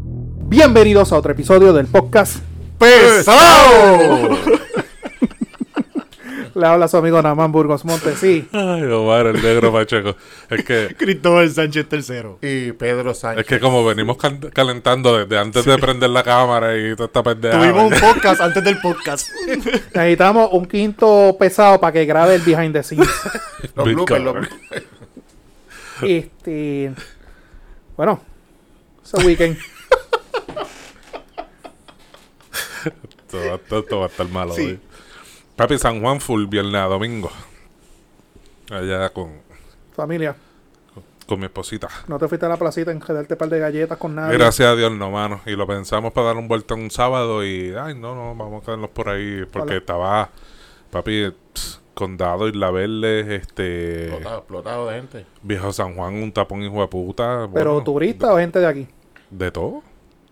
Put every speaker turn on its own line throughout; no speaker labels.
Bienvenidos a otro episodio del podcast.
¡Pesado!
Le habla su amigo Namán Burgos Montes. Sí,
Ay, Omar, el negro Pacheco. Es que,
Cristóbal Sánchez III.
Y Pedro Sánchez.
es que como venimos can- calentando desde antes de prender la cámara y toda esta pendeja.
Tuvimos un podcast antes del podcast.
necesitamos un quinto pesado para que grabe el behind the scenes.
Los
Big
bloopers,
cock.
los bloopers.
Este. Bueno, ese weekend.
Esto, va- esto- esto va a estar malo
Sí.
hoy. Papi, San Juan full viernes a domingo. Allá con,
Familia,
con mi esposita.
no te fuiste a la placita a enredarte un par de galletas con nadie.
Gracias a Dios, no, mano. Y lo pensamos para dar un vuelta un sábado y, ay, no, no, vamos a quedarnos por ahí. Porque
Hola.
estaba, papi, pss, Condado, Isla Verde, este,
Explotado, explotado de gente.
Viejo San Juan, un tapón hijo de puta.
Pero
bueno,
turista o gente de aquí.
De todo,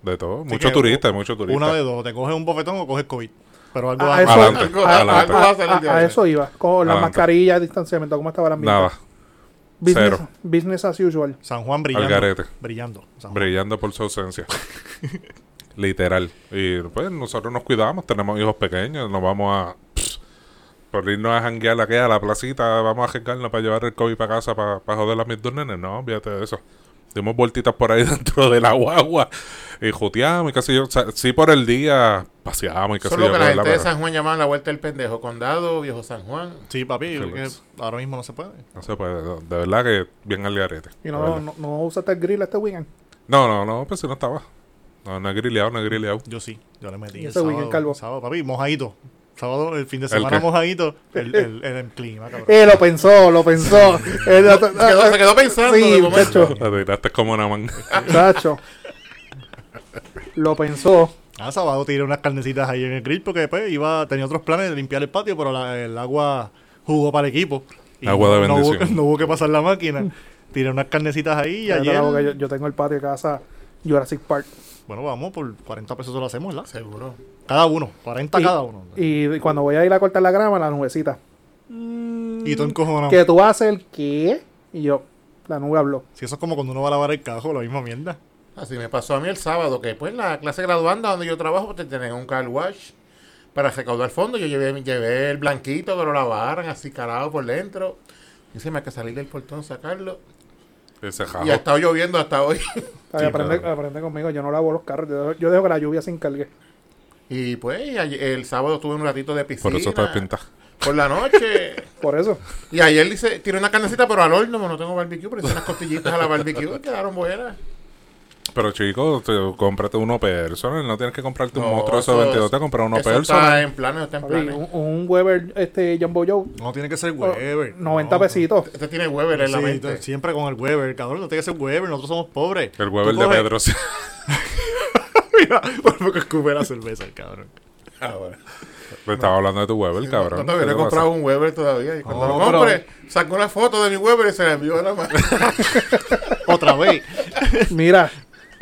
de todo.
Así
Mucho
que
turista, mucho turista.
Una de dos, te coges un bofetón o coges COVID. Pero algo
A
va
a
a
Ah, eso,
Adelante,
a- a-
adelante.
a- a- a- a eso iba. Con las
Adelante.
mascarillas, distanciamiento, ¿cómo estaba el ambiente?
Nada,
Business,
cero.
business as usual.
San Juan brillando.
al garete.
Brillando. San Juan.
Brillando por su ausencia. Literal. Y pues nosotros nos cuidamos, tenemos hijos pequeños, nos vamos a. pss, por irnos a janguear aquí a la placita, vamos a janguearnos para llevar el COVID para casa, para, joder a mis dos nenes. No, fíjate de eso. Dimos vueltitas por ahí dentro de la guagua y juteamos y qué sé yo. O sea, sí, por el día paseamos y qué
Eso es
sé yo.
lo que la
¿verdad?
gente de
Pero-
San Juan llamaban la vuelta del pendejo. Condado, viejo San Juan.
Sí, papi,
Qué
es que
lindo.
ahora mismo no se puede.
No se puede, no. de verdad que bien al garete.
Y
de
no,
verdad.
no, no usaste el grill este weekend.
No, no, no, pues si no estaba. No, no he grilleado, no he grilleado.
Yo sí, yo le metí.
Y
el
ese weekend
sábado,
calvo.
sábado, papi, mojadito. Sábado, el fin de
¿El
semana
qué?
mojadito. El, el, el, el clima, cabrón.
Eh, lo pensó, lo pensó. Eh, lo-
Se quedó, se quedó pensando
Sí,
de momento.
muchacho.
Te tiraste como una manga.
Muchacho. Lo pensó.
Ah, sábado tiré unas carnecitas ahí en el grill porque después iba, tenía otros planes de limpiar el patio, pero la- el agua jugó para el equipo.
Agua de
no- no hubo-
bendición.
No hubo que pasar la máquina. Tiré unas carnecitas ahí y
Cállate la boca, Yo,
ayer...
yo tengo el patio de casa Jurassic Park.
Bueno, vamos, por 40 pesos lo hacemos, ¿verdad?
Seguro.
Cada uno, 40
Y-
cada uno.
Y cuando voy a ir a cortar la grama, la nubecita.
Y tú encojonado.
Que tú haces el qué? Y yo, la nube habló.
Si eso es como cuando uno va a lavar el cajo, la misma mierda.
Así me pasó a mí el sábado, que pues la clase graduanda donde yo trabajo, pues te tenían un car wash para recaudar fondos. Yo llevé, llevé el blanquito que lo lavaran así calado por dentro. Y se me ha que salir del portón, sacarlo.
Ese
Y ha
jajo.
estado lloviendo hasta hoy.
Ay,
Sí,
aprende,
claro.
aprende conmigo, yo no lavo los carros. Yo, yo dejo que la lluvia se encargue.
Y pues ayer- el sábado tuve un ratito de piscina.
Por eso está pinta.
Por la noche.
Por eso.
Y ayer dice, tiré una carnecita, pero al horno, no tengo barbecue, pero hice unas costillitas a la barbecue y quedaron buenas.
Pero chicos, te- cómprate uno personal. No tienes que comprarte un
No,
monstruo
eso-
de 22. Te compras uno
eso
personal.
está en planes, está en
Papi,
planes.
un, un Weber este, Jumbo Joe,
No tiene que ser Weber.
90
No,
Oh, pesitos.
Este tiene Weber en la
Sí,
mente.
siempre con el Weber, cabrón, no tiene que ser Weber, nosotros somos pobres.
El huevo
Tú
de
coges-
Pedro.
Mira, por poco escupe la cerveza, el cabrón.
Ah, bueno.
Me estaba hablando de tu huevo,
No,
cabrón.
No,
¿Qué
todavía no he
te
comprado un Weber todavía. Y cuando
No,
lo compre, saco una foto de mi Weber y se la envió a la madre.
Otra vez.
Mira,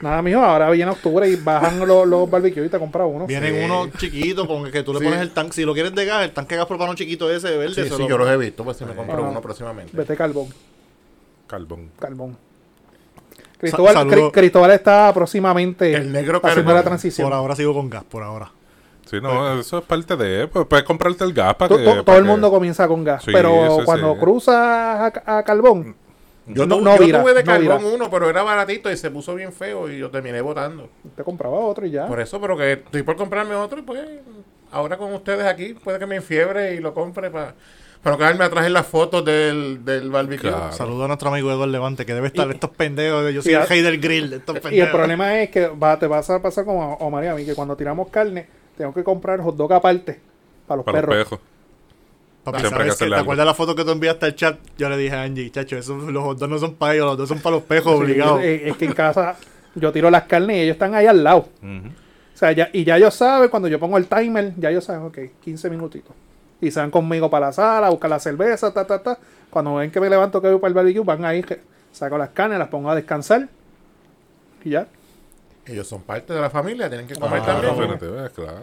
nada, mijo, ahora viene octubre y bajan los, los barbecues y te compras uno.
Vienen unos chiquitos con el que tú le
Sí.
pones el tanque. Si lo quieres de gas, el tanque de gas propano chiquito ese de verde.
Sí,
se
sí,
lo-
yo los he visto, pues si me compro
Ah.
uno próximamente.
Vete carbón,
pasa? Carbón.
carbón. Cristóbal,
saludo.
Cri- Cristóbal está próximamente
El negro
haciendo
carbón.
la transición.
Por ahora sigo con gas, por ahora.
Sí, no, eso es parte de. Pues, puedes comprarte el gas para
To-
que.
to- todo
para
el
que-
mundo comienza con gas,
Sí,
pero
sí, sí.
cuando cruzas a, a carbón,
Yo,
No-
tu-
no
yo
vira,
tuve de
no
carbón
vira.
uno, pero era baratito y se puso bien feo y yo terminé votando.
te compraba otro y ya.
Mm. Por eso, pero que estoy por comprarme otro, pues ahora con ustedes aquí, puede que me enfiebre y lo compre para no quedarme atrás en las fotos del, del barbecue.
Claro.
Saludo a nuestro amigo Eduardo Levante, que debe estar estos pendejos. de- Yo
y
soy el
a-
rey del grill de estos pendejos.
Y el problema es que va- te vas a pasar como a Omar y a mí, que cuando tiramos carne, tengo que comprar hot dog aparte para los
Para los
perros.
pejos.
Papi,
Siempre hay que
¿sabes qué?
hacerle
¿Te
algo.
acuerdas la foto que tú enviaste al chat? Yo le dije a Angie, chacho, esos, los dos no son para ellos, los dos son para los pejos,
Sí,
obligados.
eh, Es, que en casa yo tiro las carnes y ellos están ahí al lado. O sea, ya, y ya ellos saben, cuando yo pongo el timer, ya ellos saben, ok, 15 minutitos. Y se van conmigo para la sala, a buscar la cerveza, ta, ta, ta. Cuando ven que me levanto que voy para el barbecue, van ahí, que saco las carnes, las pongo a descansar. Y ya.
Ellos son parte de la familia, tienen que
Ah,
comer también.
definitivo, eh, claro.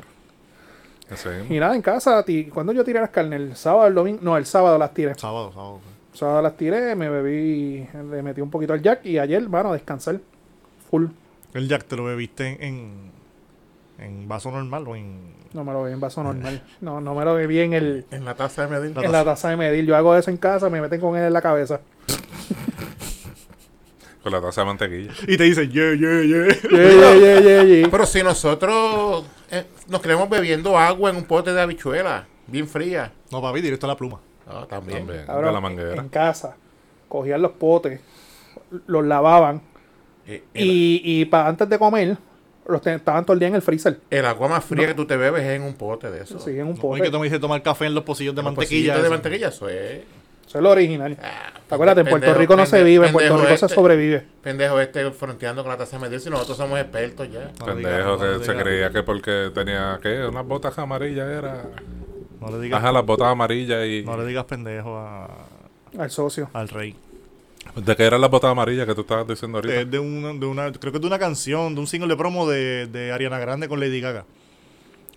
Así mismo.
Y nada, en casa, ti- cuando yo tiré las carnes, el sábado, el domingo, no, el sábado las tiré.
Sábado, sábado.
El sábado las tiré, me bebí, le metí un poquito al jack y ayer, bueno, a descansar. Full.
El Jack te lo bebiste en, en, en vaso normal o en.
No me lo bebí en vaso normal. No, no me lo bebí en, el,
En la taza de medir.
La
en la taza de medir. Yo hago eso en casa, me meten con él en la cabeza.
Con la taza de mantequilla.
Y te dicen, yeah, yeah, yeah.
Yeah, yeah, yeah, yeah, yeah.
Pero si nosotros eh, nos creemos bebiendo agua en un pote de habichuela, bien fría.
No, papi, directo a la pluma.
Ah, también.
También.
Cabrón,
de la
en,
manguera.
en casa, cogían los potes, los lavaban
Eh, el,
y, y para antes de comer, los ten- estaban todo el día en el freezer.
el agua más fría que tú te bebes es en un pote de eso.
Sí, en un
No, es que
pote.
tú me dices tomar café en los pocillos de
Los
mantequilla.
pocillitos de
eso.
mantequilla, eso es.
Eso es lo original.
Ah,
¿Te acuerdas? En Puerto
pendejo,
Rico no se
pendejo,
vive, en Puerto
pendejo
Rico se
este.
sobrevive.
Pendejo este fronteando con la taza de medir, si nosotros somos expertos ya.
No le digas,
Pendejo,
no le
se, se
digas.
creía que porque tenía, ¿qué? Unas botas amarillas era.
No le digas,
Ajá, las botas amarillas y...
no le digas pendejo a-
Al socio.
al rey.
¿De qué eran las botas amarillas que tú estabas diciendo ahorita?
Es de una, de una, creo que es de una canción, de un single de promo de, de Ariana Grande con Lady Gaga.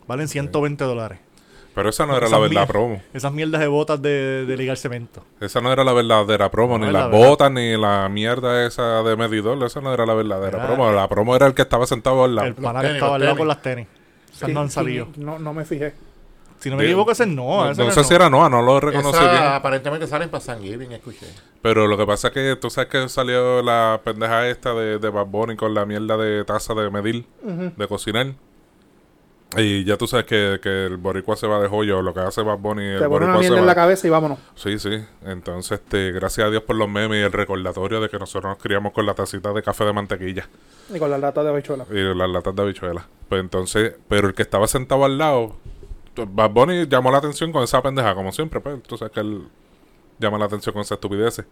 Valen 120 dólares.
Pero esa no era la
Esas
verdad
mier-
promo.
Esas mierdas de botas de, de ligar cemento.
Esa no era la verdadera promo,
No
ni
es
las
la verdad.
botas, ni la mierda esa de medidor. Esa no era la verdadera
Era-
promo. La promo era el que estaba sentado al lado.
El pana que
tenis,
estaba al
los
lado
tenis.
con las tenis. Esas no han salido.
No, no me fijé.
Si no me equivoco, ese no.
No,
ese
no
no
sé
es
si
no.
era Noah, no lo reconocí
Esa,
bien.
aparentemente salen para San Giving, escuché.
Pero lo que pasa es que tú sabes que salió la pendeja esta de, de Bad Bunny con la mierda de taza de medir, de cocinar. Y ya tú sabes que, que el boricua se va de joyo, lo que hace Bad Bunny,
Te
el
ponen una
boricua se
mierda en la
va.
cabeza y vámonos.
Sí, sí. Entonces, este, gracias a Dios por los memes y el recordatorio de que nosotros nos criamos con la tacita de café de mantequilla
Y con la lata de habichuela.
y las latas de habichuela. Pues entonces, pero el que estaba sentado al lado, t- Bad Bunny llamó la atención con esa pendeja, como siempre, pues tú sabes que él llama la atención con esas estupideces.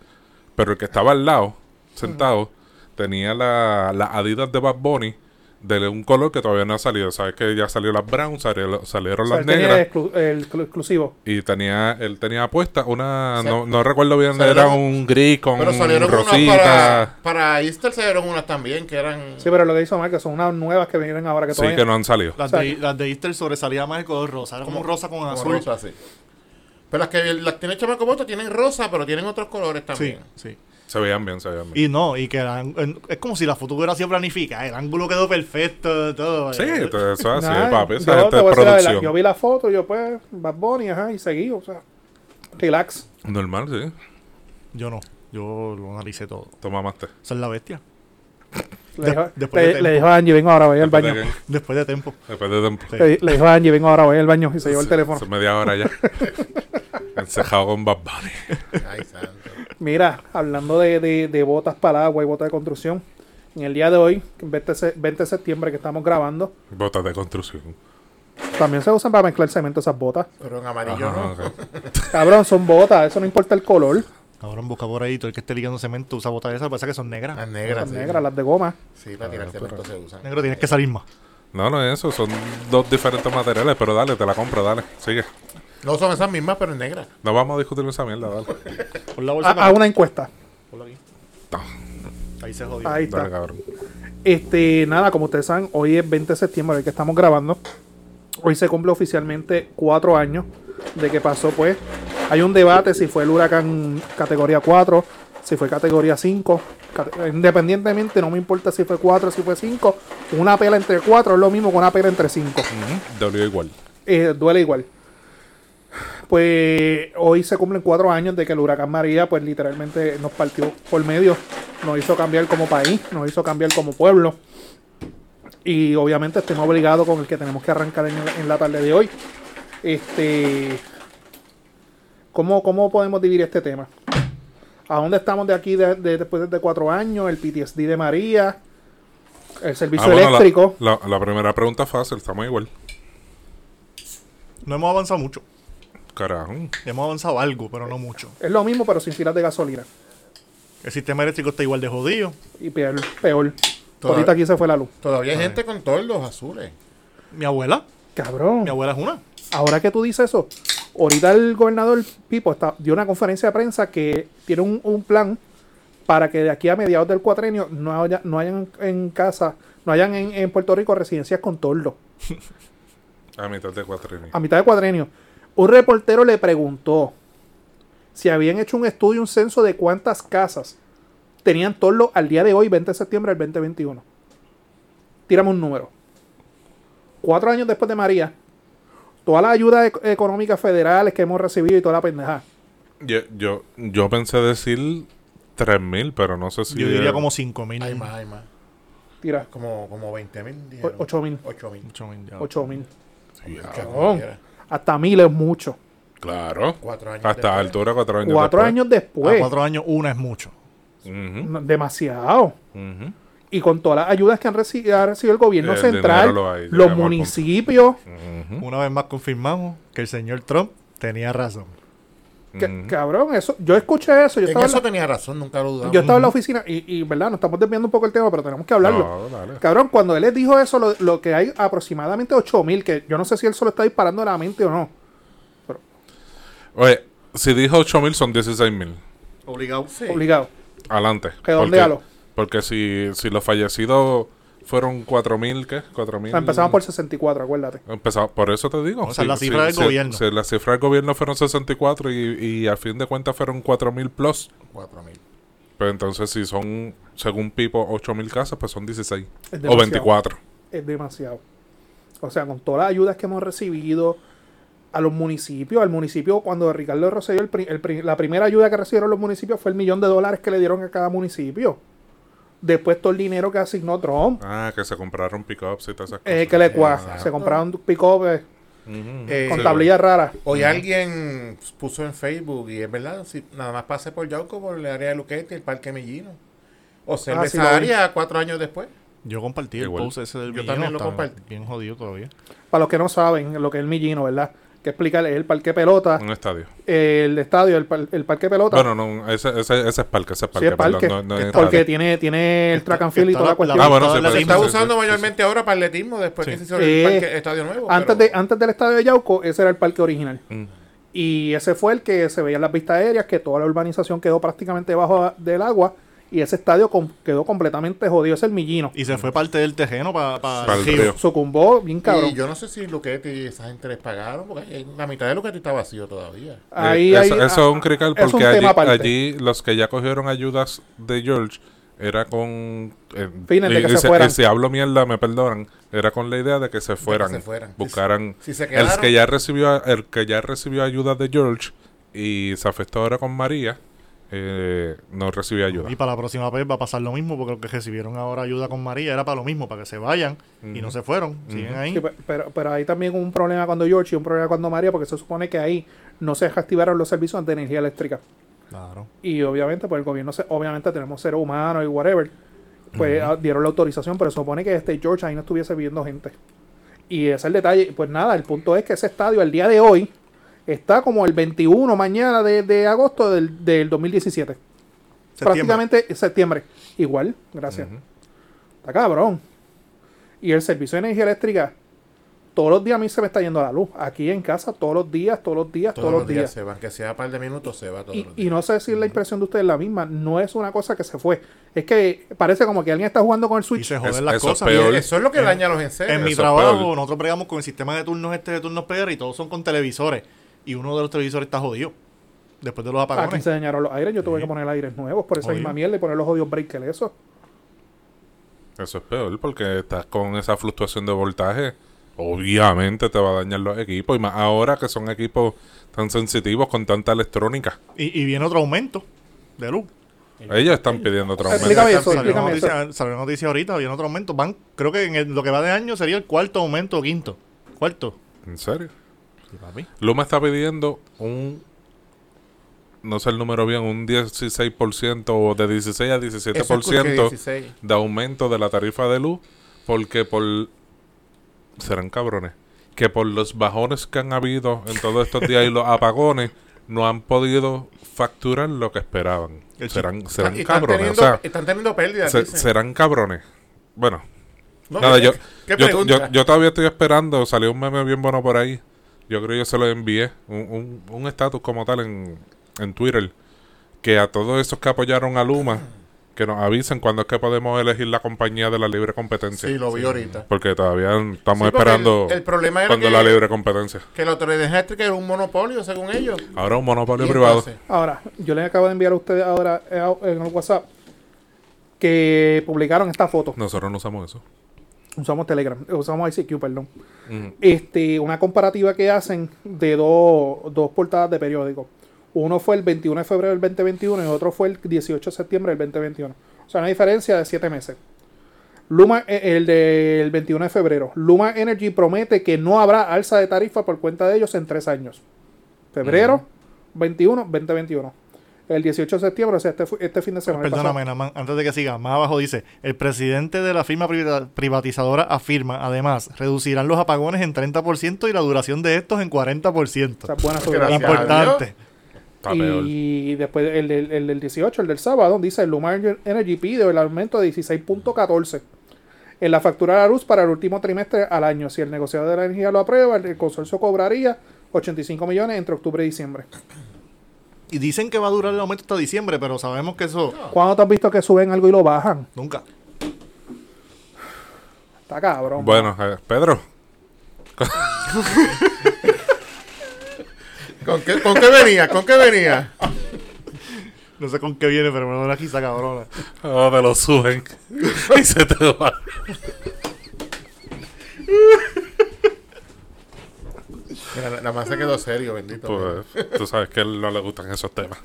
Pero el que estaba al lado, sentado, tenía la- las adidas de Bad Bunny de un color que todavía no ha salido. Sabes que ya salió las brown, salió- salieron
O sea,
las
él tenía
negras.
el, exclu- el cl- exclusivo.
Y tenía, él tenía puesta una,
Sa-
no, no recuerdo bien,
salieron-
era un gris con
Pero salieron unos
rosita.
para, para Easter, salieron unas también que eran.
Sí, pero lo que hizo Mark, que son unas nuevas que vienen ahora que
Sí,
todavía.
que no han salido.
Las de, las de Easter sobresalía más el color rosa. Era como un rosa con
como
azul.
rosa, sí. Pero las que las tiene Chamaco Boto tienen rosa, pero tienen otros colores
Sí,
también.
sí.
Se veían bien, se veían bien.
Y no, y que eran- en- es como si la foto hubiera sido planificada. El ángulo quedó perfecto, todo.
Sí,
vaya.
te- eso es así,
Nah,
papi. Esa
Eh, yo
gente
te voy
es
a decir la verdad,
producción.
Yo vi la foto y yo, pues, Bad Bunny, ajá, y seguí, o sea, relax.
Normal, sí.
Yo no. Yo lo analicé todo.
Tú mamaste.
Esa es la bestia.
Le
De-
dijo,
después
le-
de
le
tiempo.
dijo a Angie, vengo ahora, voy al baño.
Después de
Después de tiempo.
que- Después de tiempo.
Sí.
Le, le dijo a Angie, vengo ahora, voy al baño y se llevó el
Se-
teléfono.
se media hora ya. Encejado con Bad Bunny.
Ay, santo.
Mira, hablando de, de- de botas para el agua y botas de construcción, en el día de hoy, 20, se- 20 de septiembre que estamos grabando,
Botas de construcción.
también se usan para mezclar cemento esas botas.
Pero en amarillo
Ajá,
no.
ok.
Cabrón, son botas, eso no importa el color.
Cabrón, busca por ahí. Todo el que esté ligando cemento usa botas de esas. Pasa que son negras.
Las negras.
Las
Ah, sí.
negras, las de goma.
Sí, para tirarse cemento se usan.
Negro, tienes que salir más.
No, no es eso. Son dos diferentes materiales. Pero dale, te la compro, dale. Sigue.
No son esas mismas, pero en negras.
No vamos a discutir esa mierda, dale.
Pon la
A,
bolsa.
a Ah, una encuesta.
Ponla aquí.
No,
Ahí se jodió.
Ahí
dale,
está.
cabrón.
Este, nada, como ustedes saben, hoy es 20 de septiembre, el que estamos grabando. Hoy se cumple oficialmente cuatro años de que pasó, pues. Hay un debate si fue el huracán categoría 4, si fue categoría 5. Cate- Independientemente, no me importa si fue 4, si fue 5. Una pela entre 4 es lo mismo que una pela entre 5.
Ujú, Dolió igual.
Eh, duele igual. Pues hoy se cumplen cuatro años de que el huracán María, pues literalmente nos partió por medio, nos hizo cambiar como país, nos hizo cambiar como pueblo. Y obviamente estemos obligados con el que tenemos que arrancar en, en la tarde de hoy. Este. ¿Cómo, cómo podemos dividir este tema? ¿A dónde estamos de aquí de- de- después de cuatro años? El PTSD de María, el servicio
Ah, bueno, la-
eléctrico.
la, la primera pregunta fácil. Estamos igual.
No hemos avanzado mucho.
Carajo.
Hemos avanzado algo, pero no mucho.
Es lo mismo, pero sin filas de gasolina.
El sistema eléctrico está igual de jodido.
Y peor, peor.
Toda-
Ahorita aquí se fue la luz.
Todavía hay gente con tordos azules.
Mi abuela,
Cabrón.
mi abuela es una.
Ahora que tú dices eso, ahorita el gobernador Pipo está, dio una conferencia de prensa que tiene un, un plan para que de aquí a mediados del cuatrenio no, haya- no hayan en casa, no hayan en, en Puerto Rico residencias con tordo.
A mitad de cuatro
A mitad de cuatrenio, un reportero le preguntó si habían hecho un estudio, un censo de cuántas casas tenían tordo al día de hoy, 20 de septiembre del 2021. tírame un número. Cuatro años después de María, todas las ayudas ec- económicas federales que hemos recibido y toda la pendejada.
Yo, yo, yo pensé decir 3.000, pero no sé si...
Yo diría
eh,
como 5000.
Hay más, hay más.
Tira,
Como, como 20 mil.
O- ocho mil.
8 mil.
8000, ya.
ocho mil.
ya,
Cabrón. Hasta mil es mucho.
Claro.
Cuatro años.
Hasta
después.
altura, cuatro años.
Cuatro
después. Ah,
años
A
después,
cuatro años, una es mucho.
Ujú,
no- demasiado.
ujú.
Y con todas las ayudas que han reci- ha recibido el gobierno
El
central,
dinero lo hay, llegamos
los
al punto.
municipios,
¿Mm?
Una vez más confirmamos que el señor Trump tenía razón.
que- cabrón, eso, yo escuché eso, yo
En
estaba en
eso
la-
tenía razón, nunca lo dudaba.
Yo estaba en la oficina y, y, verdad, nos estamos desviando un poco el tema, pero tenemos que hablarlo.
No, dale.
Cabrón, cuando él les dijo eso, lo, lo que hay aproximadamente 8000, que yo no sé si él solo está disparando a la mente o no.
Oye, si dijo 8.000 son 16.000.
Obligado.
Sí.
Obligado.
Adelante.
Redondéalo.
Porque, porque si, si los fallecidos fueron 4.000, ¿qué? 4.000.
O sea, empezamos por 64, acuérdate.
Empezaba- por eso te digo.
O sea, la cifra del gobierno.
si la cifra del gobierno fueron 64 y, y al fin de cuentas fueron 4.000 plus.
4 mil.
Pues entonces, si son, según Pipo, 8.000 casas, pues son 16.
Es
O
demasiado.
24.
Es demasiado. O sea, con todas las ayudas que hemos recibido a los municipios, al municipio, cuando Ricardo Rosselló, el pri- el pri- la primera ayuda que recibieron los municipios fue el millón de dólares que le dieron a cada municipio. Después todo el dinero que asignó Trump,
Ah, que se compraron pickups y todas esas cosas.
eh, que le cua-
Exacto.
se compraron pick-up eh,
Ujú.
Eh,
con
sí.
tablillas raras.
Hoy alguien puso en Facebook, y es verdad, si nada más pase por Yauco, por el área de Luquete, el Parque Mellino. O sea,
Ah, sí, lo
esa
vi.
área cuatro años después.
Yo compartí el
Igual.
post ese del
Yo
millón,
también lo
está
compartí.
Bien jodido todavía.
Para los que no saben lo que es el Millino, ¿verdad? Que explicarle el parque pelota,
Un estadio.
el estadio, el, par- el parque pelota.
Bueno, no, ese, ese, ese es parque, ese es parque.
sí, el
perdón,
parque.
no- no
Que
es
está-
estadio.
porque tiene, tiene el track and field y
Está
toda la,
la-
cuestión.
la-
Ah, bueno,
toda
sí,
la
pero
Se
Sí,
está
sí,
usando mayormente ahora para atletismo después
Sí.
que se hizo
Eh,
el parque, el estadio nuevo.
antes,
pero-
de, antes del estadio de Yauco, ese era el parque original.
Mm.
Y ese fue el que se veían las vistas aéreas, que toda la urbanización quedó prácticamente bajo a- del agua. Y ese estadio com- quedó completamente jodido. Es el Millino.
Y se fue parte del terreno para
Para el río.
Sucumbó bien cabrón.
Y yo no sé si Luquete y esa gente les pagaron, porque ahí la mitad de Luquete está vacío todavía.
Ahí,
Eh,
ahí- ah,
eso, eso es un crical
es un
porque allí,
tema aparte.
allí los que ya cogieron ayudas de George era con... eh,
Fines de
y-
que
y
se
si-
fueran.
y si hablo mierda, me perdonan. Era con la idea de que se fueran.
se fueran.
Buscaran...
Si se
el,
quedaron-
que ya recibió, el que ya recibió ayuda de George y se afectó ahora con María, eh, no recibió ayuda.
Y para la próxima vez va a pasar lo mismo, porque los que recibieron ahora ayuda con María era para lo mismo, para que se vayan y no se fueron. Siguen ahí.
Sí, pues, pe- pero, pero ahí también hubo un problema cuando George y un problema cuando María, porque se supone que ahí no se activaron los servicios de energía eléctrica.
Claro.
Y obviamente, pues el gobierno, se- obviamente tenemos seres humanos y whatever, pues ah, dieron la autorización, pero se supone que este George ahí no estuviese viviendo gente. Y ese es el detalle. Pues nada, el punto es que ese estadio al día de hoy está como el 21 mañana de, de agosto del, del 2017. Prácticamente septiembre. Igual, gracias. Está cabrón. Y el servicio de energía eléctrica, todos los días a mí se me está yendo la luz. Aquí en casa, todos los días, todos los días, todos, los días.
se van, que sea un par de minutos se va todos
Y,
los
y
días.
no sé si la impresión de ustedes es la misma. No es una cosa que se fue. Es que parece como que alguien está jugando con el
Y
Switch.
se joden
Es-
las
eso es
cosas.
peor.
Mira,
Eso es lo que daña a los enseres.
En mi
es
trabajo,
peor.
nosotros bregamos con el sistema de turnos este de turnos PR y todos son con televisores. Y uno de los televisores está jodido. Después de los
Aquí
apagones.
se dañaron los aires. Yo tuve que poner aires nuevos por esa
Jodido.
misma mierda y poner los odios breakers. Eso.
Eso es peor porque estás con esa fluctuación de voltaje. Obviamente te va a dañar los equipos. Y más ahora que son equipos tan sensitivos con tanta electrónica.
Y, y viene otro aumento de luz.
Ellos están pidiendo otra aumento.
Explícame eso,
Salió una
explícame eso.
noticia, salió una noticia ahorita, viene otro aumento. Van, creo que en el- lo que va de año sería el cuarto aumento o quinto. Cuarto.
¿En serio?
Sí, papi.
Luma está pidiendo un. No sé el número bien, un 16% o de 16 a
Eso escuché
17%
16.
de aumento de la tarifa de luz. Porque por. Serán cabrones. Que por los bajones que han habido en todos estos días y los apagones, no han podido facturar lo que esperaban.
El chi-
Serán,
Y
serán
están,
cabrones. O
teniendo,
sea,
están teniendo pérdidas.
se-
dicen.
serán cabrones. Bueno,
No,
Nada,
¿qué-
yo,
¿Qué
yo,
pregunta?
yo- yo todavía estoy esperando. Salió un meme bien bueno por ahí. Yo creo que yo se lo envié. Un un- un estatus como tal en, en Twitter. Que a todos esos que apoyaron a Luma, que nos avisen cuando es que podemos elegir la compañía de la libre competencia.
sí, lo vi ahorita.
Porque todavía estamos
Sí, porque
esperando
El, el problema era
cuando
que,
la libre competencia.
que la autoridad eléctrica era un monopolio, según ellos.
Ahora un monopolio
Y
privado.
entonces,
Ahora, yo les acabo de enviar a ustedes ahora eh, en el WhatsApp que publicaron esta foto.
Nosotros no usamos eso.
usamos Telegram, eh, usamos ICQ, perdón.
Mm,
Este, una comparativa que hacen de dos, dos portadas de periódicos. Uno fue el 21 de febrero del 2021 y otro fue el 18 de septiembre del 2021. O sea, una diferencia de 7 meses. Luma, eh, el del 21 de febrero. Luma Energy promete que no habrá alza de tarifa por cuenta de ellos en 3 años. Febrero 21, 2021. El 18 de septiembre, o sea, este, fu- este fin de semana. el pasado.
Perdóname, Namán, antes de que siga, más abajo dice, el presidente de la firma priva- privatizadora afirma, además, reducirán los apagones en 30% y la duración de estos en 40%.
O sea, buena
Gracias.
soberanía.
Importante.
Está peor.
Y después el, del- el del 18, el del sábado, dice Luma Energy pide el aumento de 16.14 en la factura de la luz para el último trimestre al año. Si el negociador de la energía lo aprueba, el consorcio cobraría 85 millones entre octubre y diciembre.
Y dicen que va a durar el aumento hasta diciembre, pero sabemos que eso
¿Cuándo te has visto que suben algo y lo bajan?
nunca.
Está cabrón.
Bueno, eh, Pedro,
¿Con qué, ¿Con qué venía? ¿Con qué venía?
No sé con qué viene, pero me da una quizá cabrona.
oh, te lo suben y se te va.
Mira, nada más se quedó serio, bendito.
Pues, tú sabes que a él no le gustan esos temas.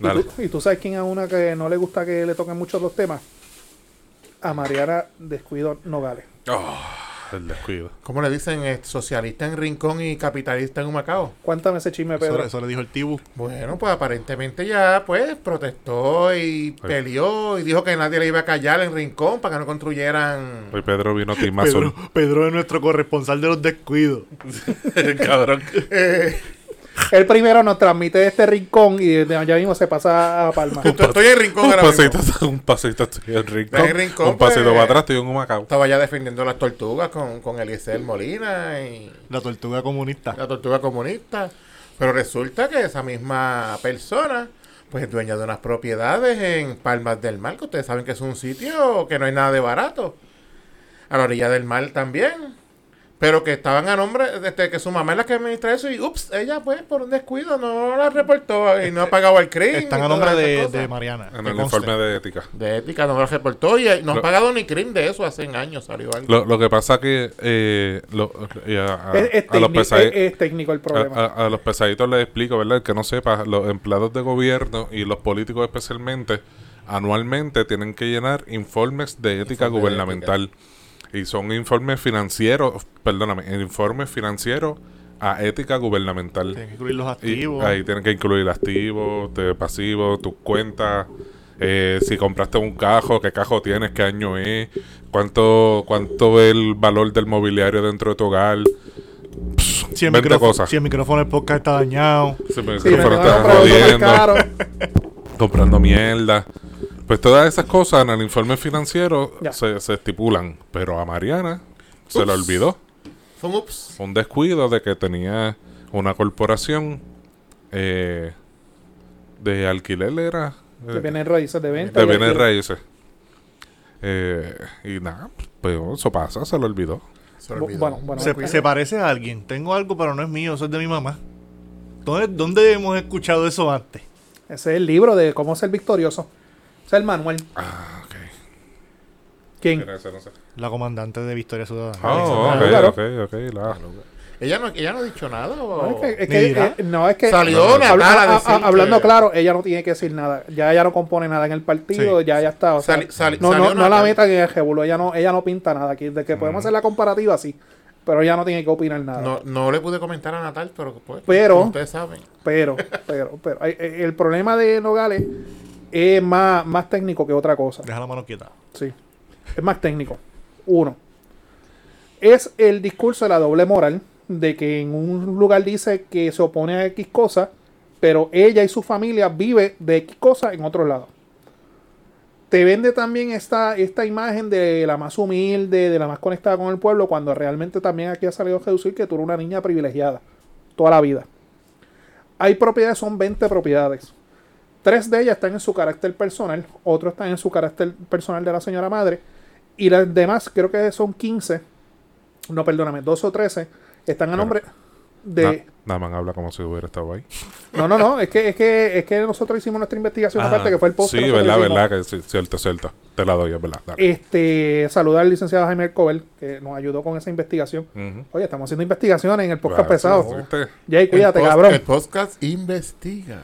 ¿Y
Dale.
tú, y tú sabes quién es una que no le gusta que le toquen mucho los temas? A Mariana Descuido Nogales.
Oh, el descuido.
¿Cómo le dicen eh, socialista en Rincón y capitalista en Humacao?
Cuéntame ese chisme,
Eso,
Pedro.
eso le dijo el Tibu.
Bueno, pues aparentemente ya pues protestó y peleó y dijo que nadie le iba a callar en Rincón para que no construyeran
Hoy Pedro vino
Pedro,
timazón.
Pedro es nuestro corresponsal de los descuidos.
Cabrón.
El primero nos transmite de este rincón y desde allá mismo se pasa a Palma.
Estoy- Estoy en Rincón
Un
ahora mismo.
pasito, un pasito estoy en rincón.
En Rincón,
un pasito
pues.
para atrás estoy en un macao.
Estaba ya defendiendo las tortugas con, con Eliezer Molina y
La tortuga comunista.
la tortuga comunista. Pero resulta que esa misma persona, pues es dueña de unas propiedades en Palmas del Mar, que ustedes saben que es un sitio que no hay nada de barato. A la orilla del mar también. Pero que estaban a nombre, este, que su mamá es la que administra eso y, ups, ella pues por un descuido no la reportó y no ha pagado el crimen.
Este, Están a nombre de, de Mariana.
En
que
el
conste.
informe de ética.
De ética no la reportó y eh, no han
Lo-
pagado ni crimen de eso hace años, salió algo.
Lo, lo que pasa que eh, lo- eh, a, a-
es, es
a los
técnico,
pesadi-
es- es técnico el problema.
a, a- a los pesaditos les explico, ¿verdad? El que no sepa, los empleados de gobierno y los políticos especialmente, anualmente tienen que llenar informes de ética
Informe de
gubernamental. Y son informes financieros, perdóname, informes financieros a ética gubernamental.
Tienen que incluir los
Y
activos.
ahí tienen que incluir activos, te- pasivos, tus cuentas. eh, si compraste un cajo, qué cajo tienes, qué año es, cuánto cuánto es el valor del mobiliario dentro de tu hogar.
Si el,
20
micrófono,
cosas.
si el micrófono del podcast está dañado.
Si me-
Sí,
que
me tengo
fueron
que
tan
comprar otro más
jodiendo,
caro.
comprando mierda. Pues todas esas cosas en el informe financiero
Ya.
se, se estipulan. Pero a Mariana se le
Ups.
olvidó.
Fue un ups.
un descuido de que tenía una corporación eh, de alquiler era eh,
Que vienen raíces de venta.
de
y
bienes
aquí-
raíces Eh, y nada pues eso pasa se lo olvidó
Se
Bu-
olvidó.
bueno, bueno.
Se,
Cuidado.
se parece a alguien. Tengo algo, pero no es mío, eso es de mi mamá. ¿Dónde, dónde hemos escuchado eso antes?
Ese es el libro de cómo ser victorioso. Ese es el manual.
ah ok
¿Quién?
La comandante de Victoria Ciudadana.
oh,
Alexandra
ok,
Lúgaro.
ok, ok, la-
Ella no, ella no ha dicho nada.
No,
O...
es que, es
Ni
que-
dirá.
eh, no, es que
Salió
no, no,
una
habla-
cara a
a- a-
decir
hablando
que-
claro, ella no tiene que decir nada. Ya ella no compone nada en el partido,
Sí.
ya ya está. o sea,
Sali- sali-
no,
salió
no, no la
Natal.
metan en el jebulo, ella no, ella no pinta nada aquí. De que
Mm.
podemos hacer la comparativa, sí. Pero ella no tiene que opinar nada.
No, no le pude comentar a Natal, pero pues,
Pero-
como ustedes saben.
Pero, pero, pero. eh, eh, El problema de Nogales es más, más técnico que otra cosa.
Deja la mano quieta.
Sí. Es más técnico. Uno. Es el discurso de la doble moral, de que en un lugar dice que se opone a X cosa, pero ella y su familia vive de X cosa en otro lado. Te vende también esta, esta imagen de la más humilde, de la más conectada con el pueblo, cuando realmente también aquí ha salido a reducir que tú eres una niña privilegiada toda la vida. Hay propiedades, son 20 propiedades. Tres de ellas están en su carácter personal, otro están en su carácter personal de la señora madre, y las demás, creo que son 15, no perdóname, 12 o 13, están a nombre, de...
Nada más habla como si hubiera estado ahí.
No, no, no, es que, es que, es que nosotros hicimos nuestra investigación
Ajá.
aparte, que fue el post. que
Sí,
nosotros
verdad,
hicimos.
verdad, que sí, cierto, cierto. Te la doy, es verdad. dale.
Este, saludar al licenciado Jaime Alcover, que nos ayudó con esa investigación.
Ujú.
Oye, estamos haciendo investigaciones en el podcast
Claro,
pesado.
sí, ¿viste?
Jay, cuídate,
el pos-
cabrón.
El podcast investiga.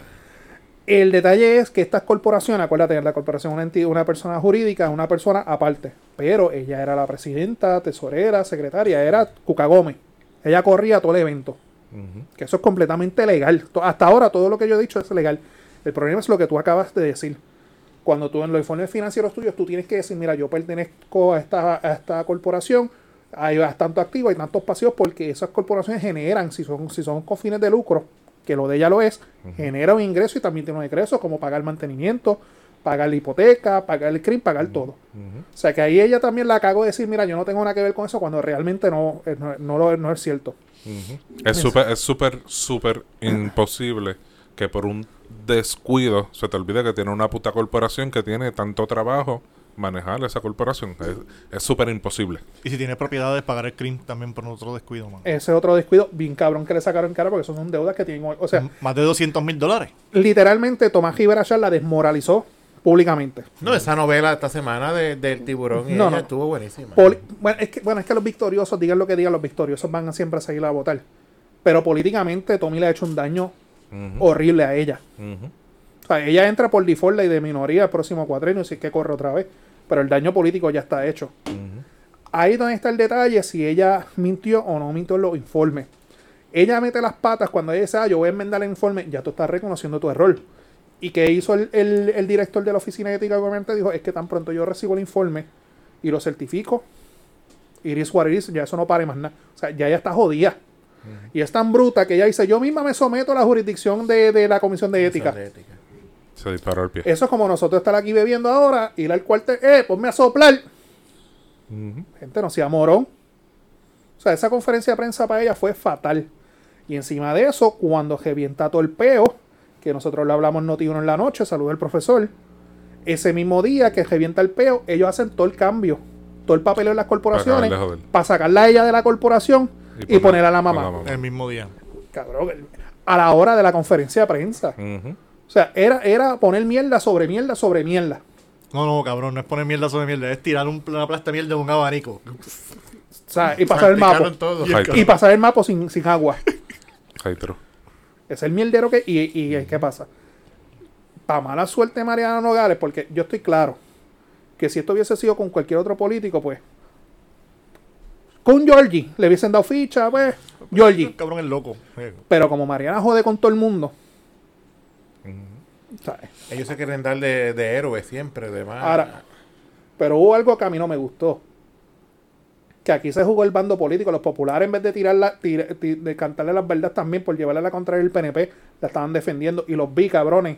El detalle es que estas corporaciones, acuérdate, la corporación es una, enti- una persona jurídica, es una persona aparte. Pero ella era la presidenta, tesorera, secretaria, era Cuca Gómez. Ella corría todo el evento.
Ujú.
Que eso es completamente legal. To- Hasta ahora todo lo que yo he dicho es legal. El problema es lo que tú acabas de decir. Cuando tú en los informes financieros tuyos, tú tienes que decir, mira, yo pertenezco a esta, a esta corporación, hay tanto activo, hay tantos pasivos, porque esas corporaciones generan, si son, si son con fines de lucro, que lo de ella lo es, genera un ingreso y también tiene un ingreso, como pagar mantenimiento, pagar la hipoteca, pagar el crimen, pagar todo. O sea que ahí ella también la cago de decir, mira, yo no tengo nada que ver con eso, cuando realmente no, eh, no, no lo- no es cierto.
Es súper, es súper, súper imposible que por un descuido se te olvide que tiene una puta corporación que tiene tanto trabajo manejar esa corporación. Es- Es súper imposible.
Y si tienes propiedades, pagar el crimen también por otro descuido, mano.
Ese otro descuido bien cabrón que le sacaron cara porque eso son deudas que tienen. hoy. O sea,
Más de 200 mil dólares.
literalmente Tomás Gibrachar la desmoralizó públicamente.
No, esa novela esta semana de- del tiburón y
No,
ella
no.
estuvo buenísima.
Poli- bueno, es que, bueno, es que los victoriosos, digan lo que digan, los victoriosos van a siempre seguir a votar. Pero políticamente Tommy le ha hecho un daño
Ujú,
horrible a ella.
ujú.
O sea, ella entra por default y de minoría el próximo cuatrienio, si es que corre otra vez. Pero el daño político ya está hecho. Ahí donde está el detalle, si ella mintió o no mintió en los informes. Ella mete las patas cuando ella dice, ah, yo voy a enmendar el informe, ya tú estás reconociendo tu error. Y que hizo el, el- el director de la Oficina de Ética Gubernamental, dijo, es que tan pronto yo recibo el informe y lo certifico, iris what it is, ya eso no pare más nada. O sea, ya ella está jodida. Y es tan bruta que ella dice, yo misma me someto a la jurisdicción de, de la Comisión de Ética.
De ética.
Se disparó el pie.
Eso es como nosotros estar aquí bebiendo ahora, ir al cuartel, eh, ponme a soplar.
Ujú.
Gente, no sea morón. O sea, esa conferencia de prensa para ella fue fatal. Y encima de eso, cuando revienta todo el peo, que nosotros lo hablamos noti uno en la noche, saluda el profesor. Ese mismo día que revienta el peo, ellos hacen todo el cambio, todo el papeleo en las corporaciones,
acabarle de joder.
para sacarla a ella de la corporación y,
poner-
poner a la
a la
mamá.
mamá.
El mismo día.
Cabrón, el- a la hora de la conferencia de prensa.
Ujú.
O sea, era, era poner mierda sobre mierda sobre mierda.
No, no, cabrón, no es poner mierda sobre mierda, es tirar un, una plasta de mierda de un abanico.
O sea, y pasar el mapa.
Practicaron todo.
Y el ca-
Y pasar el mapa sin, sin agua.
Ahí, pero-
Es el mierdero que. ¿Y, y qué pasa? Para mala suerte, Mariana Nogales, porque yo estoy claro que si esto hubiese sido con cualquier otro político, pues. Con Georgie, le hubiesen dado ficha, pues. Georgie.
Cabrón es loco. Eh,
Pero como Mariana jode con todo el mundo. ¿sabes?
Ellos se quieren dar de, de héroe siempre, de más.
Ahora, pero hubo algo que a mí no me gustó. Que aquí se jugó el bando político. Los populares, en vez de tirarla, tir- ti- de cantarle las verdades también por llevarle la contraria del PNP, la estaban defendiendo. Y los vi, cabrones.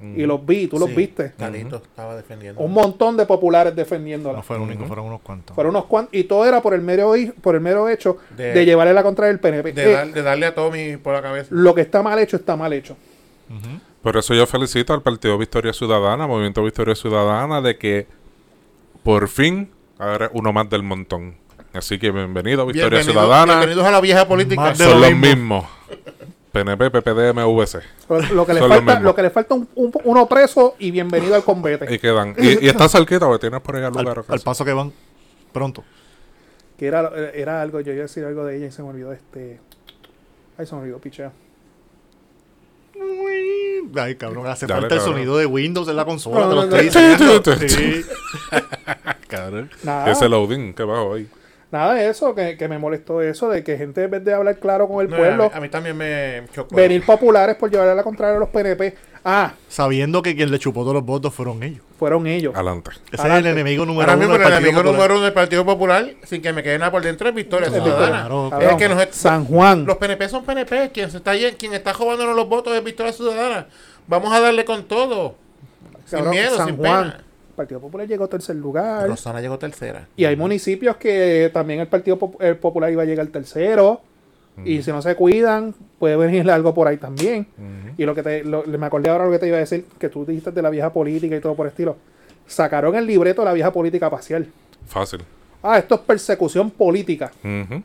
Y los vi, tú los
Sí,
viste.
Carlito estaba defendiendo.
Un montón de populares defendiéndola.
No fue el único, fueron unos cuantos.
Fueron unos cuantos. Y todo era por el mero, hi- por el mero hecho de,
De-
llevarle la contraria del PNP.
de,
Eh,
dar- de darle a Tommy por la cabeza.
lo que está mal hecho, está mal hecho.
Por eso yo felicito al Partido Victoria Ciudadana, Movimiento Victoria Ciudadana, de que por fin ahora uno más del montón. Así que bienvenido, Victoria
Bienvenido-
Ciudadana.
Bienvenidos a la vieja política.
Más de
Son
lo
los
mismo.
mismos. PNP, PPD, MVC.
Lo, lo que le
Son lo
falta,
mismo.
lo que le falta un, un- uno preso y bienvenido al combate.
Y quedan. Y, y está cerquita, porque tienes por ahí al lugar.
Al, al paso que van pronto.
Que era, era algo, yo iba a decir algo de ella y se me olvidó este. Ay, se me olvidó, pichea.
Ay, cabrón, hace
Dale,
falta el
cabrón.
sonido de Windows en la consola.
No,
te lo
no,
estoy
no.
diciendo. Sí.
Nada,
Ese loading que bajo ahí.
nada de eso, que, que me molestó eso, de que gente en vez de hablar claro con el
No, a mí-
pueblo,
a, mí también me chocó.
venir populares por llevarle la contraria a los PNP. Ah,
Sabiendo que quien le chupó todos los votos fueron ellos.
fueron ellos.
Adelante.
Ese
Adelante.
es el enemigo número
Ahora
uno.
mismo
del
el
Partido
enemigo
Popular.
número uno del Partido Popular, sin que me quede nada por dentro, es Victoria
Victoria,
Ciudadana.
claro,
es
Cabrón,
que nos, est-
San Juan.
los PNP son PNP. Quien, se está, lle- quien está robándonos los votos es Victoria Ciudadana. Vamos a darle con todo.
Cabrón,
sin miedo,
San
sin
Juan.
pena.
El Partido Popular llegó a tercer lugar.
Rosana llegó tercera.
Y hay municipios que también el Partido Pop- el Popular iba a llegar tercero. Y si no se cuidan, puede venir algo por ahí también. Y lo que te, lo- me acordé ahora lo que te iba a decir, que tú dijiste de la vieja política y todo por el estilo. Sacaron el libreto de la vieja política parcial.
Fácil.
Ah, esto es persecución política.
Ujú.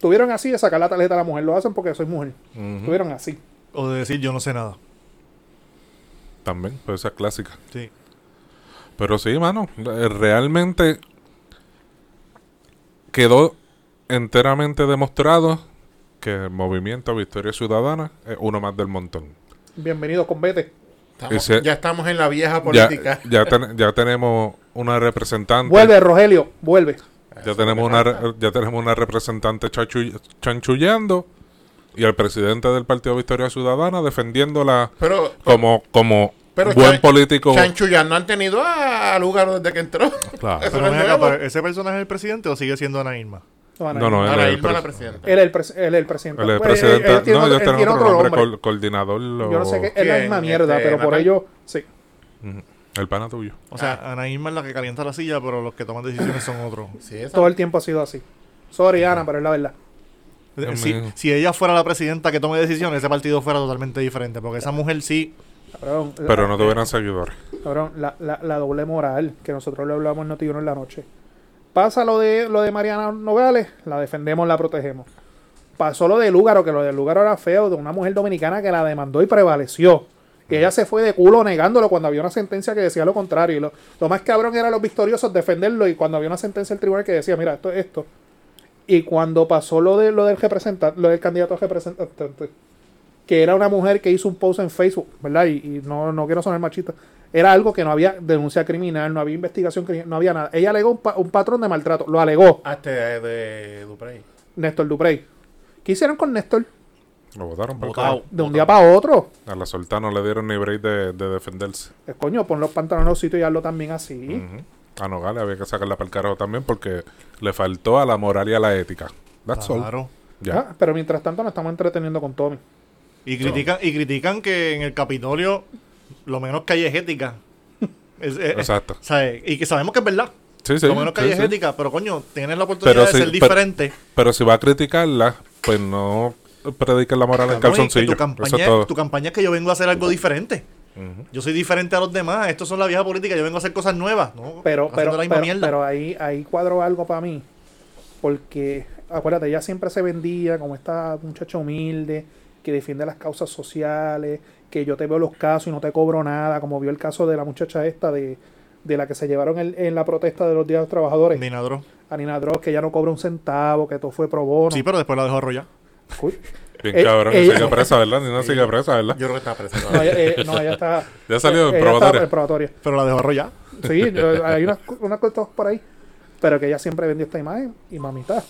Tuvieron así de sacar la tarjeta a la mujer. Lo hacen porque soy mujer.
Ujú.
Tuvieron así.
O de decir yo no sé nada.
También, pero esa es clásica.
Sí.
Pero sí, mano, eh, realmente quedó enteramente demostrado que el movimiento Victoria Ciudadana es uno más del montón.
Bienvenidos con Vete.
Estamos-
Ese-
ya estamos en la vieja
Ya, eh,
política.
ya, ten- ya tenemos una representante.
Vuelve, Rogelio. Vuelve.
Ya tenemos una re- ya tenemos una representante chachu- chanchullando y al presidente del Partido Victoria Ciudadana defendiéndola
Pero,
como como
pero
buen
Chan-
político.
Chanchu ya no han tenido a, a lugar desde que entró.
Claro.
Eso
Pero
no es
ven acá,
nuevo.
pero ¿ese personaje es el presidente o sigue siendo Ana Irma?
van a
No,
ir.
no, él
Ahora
es el
Irma la
pres-
presidenta.
Él es el, pres- él es el presidente.
El
Pues, él-
presidente.
eh,
él tiene
no,
otro-
ellos
él
tienen
tiene
otro, nombre,
nombre.
col- coordinador. o-
Yo no sé qué. Es la
¿Quién?
misma mierda,
Este,
pero por
Natal.
ello, sí.
El pana tuyo.
O sea, Ana Irma es la que calienta la silla, pero los que toman decisiones son otros.
Sí, esa-
Todo el tiempo ha sido así. Sorry, Ana, pero es la verdad.
Dios
Si,
mío.
si ella fuera la presidenta que tome decisiones, ese partido fuera totalmente diferente, porque esa mujer sí...
Cabrón,
Pero no tuvieran seguidores.
Cabrón, la, la, la doble moral que nosotros le hablamos en Notiuno en la noche. Pasa lo de lo de Mariana Nogales, la defendemos, la protegemos. Pasó lo de Lúgaro, que lo de Lúgaro era feo, de una mujer dominicana que la demandó y prevaleció. Y ella se fue de culo negándolo cuando había una sentencia que decía lo contrario. Y lo, lo más cabrón era los victoriosos defenderlo y cuando había una sentencia del tribunal que decía, mira, esto es esto. Y cuando pasó lo de lo del representante, lo del candidato a representante, que era una mujer que hizo un post en Facebook, ¿verdad? Y, y no, no quiero sonar machista. Era algo que no había denuncia criminal, no había investigación criminal, no había nada. Ella alegó un, pa- un patrón de maltrato, lo alegó
Ah, este de, de Duprey.
Néstor Duprey. ¿Qué hicieron con Néstor?
Lo votaron para el
Botao.
De un día para otro.
carajo. A la soltana no le dieron ni break de, de defenderse.
Eh, coño, pon los pantalones en los sitios y hazlo también así.
Ujú. A Nogales había que sacarla para el carajo también porque le faltó a la moral y a la ética. That's all.
Claro.
Ya.
Ah, Pero mientras tanto nos estamos entreteniendo con Tommy.
Y critican, y critican que en el Capitolio lo menos que hay es ética. Es- es-
Exacto.
o sea, y que sabemos que es verdad.
Sí, sí,
Eh, lo menos que
sí,
hay es
sí.
ética, pero coño, tienes la oportunidad
Pero
de
sí,
ser
pero-
diferente.
Pero si va a criticarla, pues no prediquen la moral en
Cabrón, y que
calzoncillo.
tu,
Eso es
campaña,
todo.
tu campaña es que yo vengo a hacer algo diferente.
Ujú.
Yo soy diferente a los demás. Estos son la vieja política. Yo vengo a hacer cosas nuevas. No,
Pero,
haciendo
pero,
la misma
pero,
mierda.
pero ahí, ahí cuadro algo para mí. Porque, acuérdate, ella siempre se vendía como esta muchacha humilde, que defiende las causas sociales, que yo te veo los casos y no te cobro nada, como vio el caso de la muchacha esta de, de la que se llevaron el- en la protesta de los días de los trabajadores,
Dinadro.
Anina Dross, que ya no cobra un centavo, que todo fue pro bono.
Sí, pero después la dejó arrollar.
Uy,
Bien
Eh,
cabrón.
ella-
sigue presa, ¿verdad? Ni no
eh,
sigue presa, ¿verdad?
Yo creo que está presa.
no, ella, eh, no, ella está... eh,
Ya salió en
ella está
probatoria.
en probatoria.
Pero la dejó arrollar.
Sí, yo- hay unas, cu- unas cosas por ahí. Pero que ella siempre vendió esta imagen. Y mamita,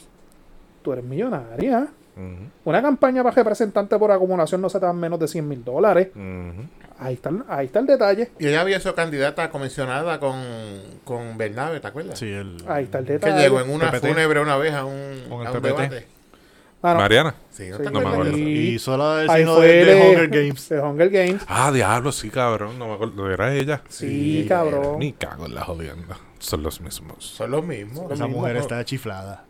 tú eres millonaria.
Ujú,
Una campaña para representante por acumulación no se te dan menos de 100 mil dólares.
ujú.
Ahí está, el- ahí está el detalle.
Y ella había sido candidata a comisionada con, con Bernabe, ¿te acuerdas?
Sí, el-
Ahí está el
Que
detalle.
llegó en una
PPT.
fúnebre una vez a un,
Con el
a un
PPT.
debate.
Ah, no.
Mariana.
Sí,
Sí, te
no
me
acuerdas?
acuerdo.
Y hizo la del
Ahí
signo
fue
de, de
el-
Hunger Games.
de Hunger Games.
Ah, diablo, sí, cabrón. No me acuerdo. Era ella.
Sí, cabrón.
Ni cago en la jodienda. Son los mismos.
Son los mismos.
Esa
mismo,
mujer
¿no?
está chiflada.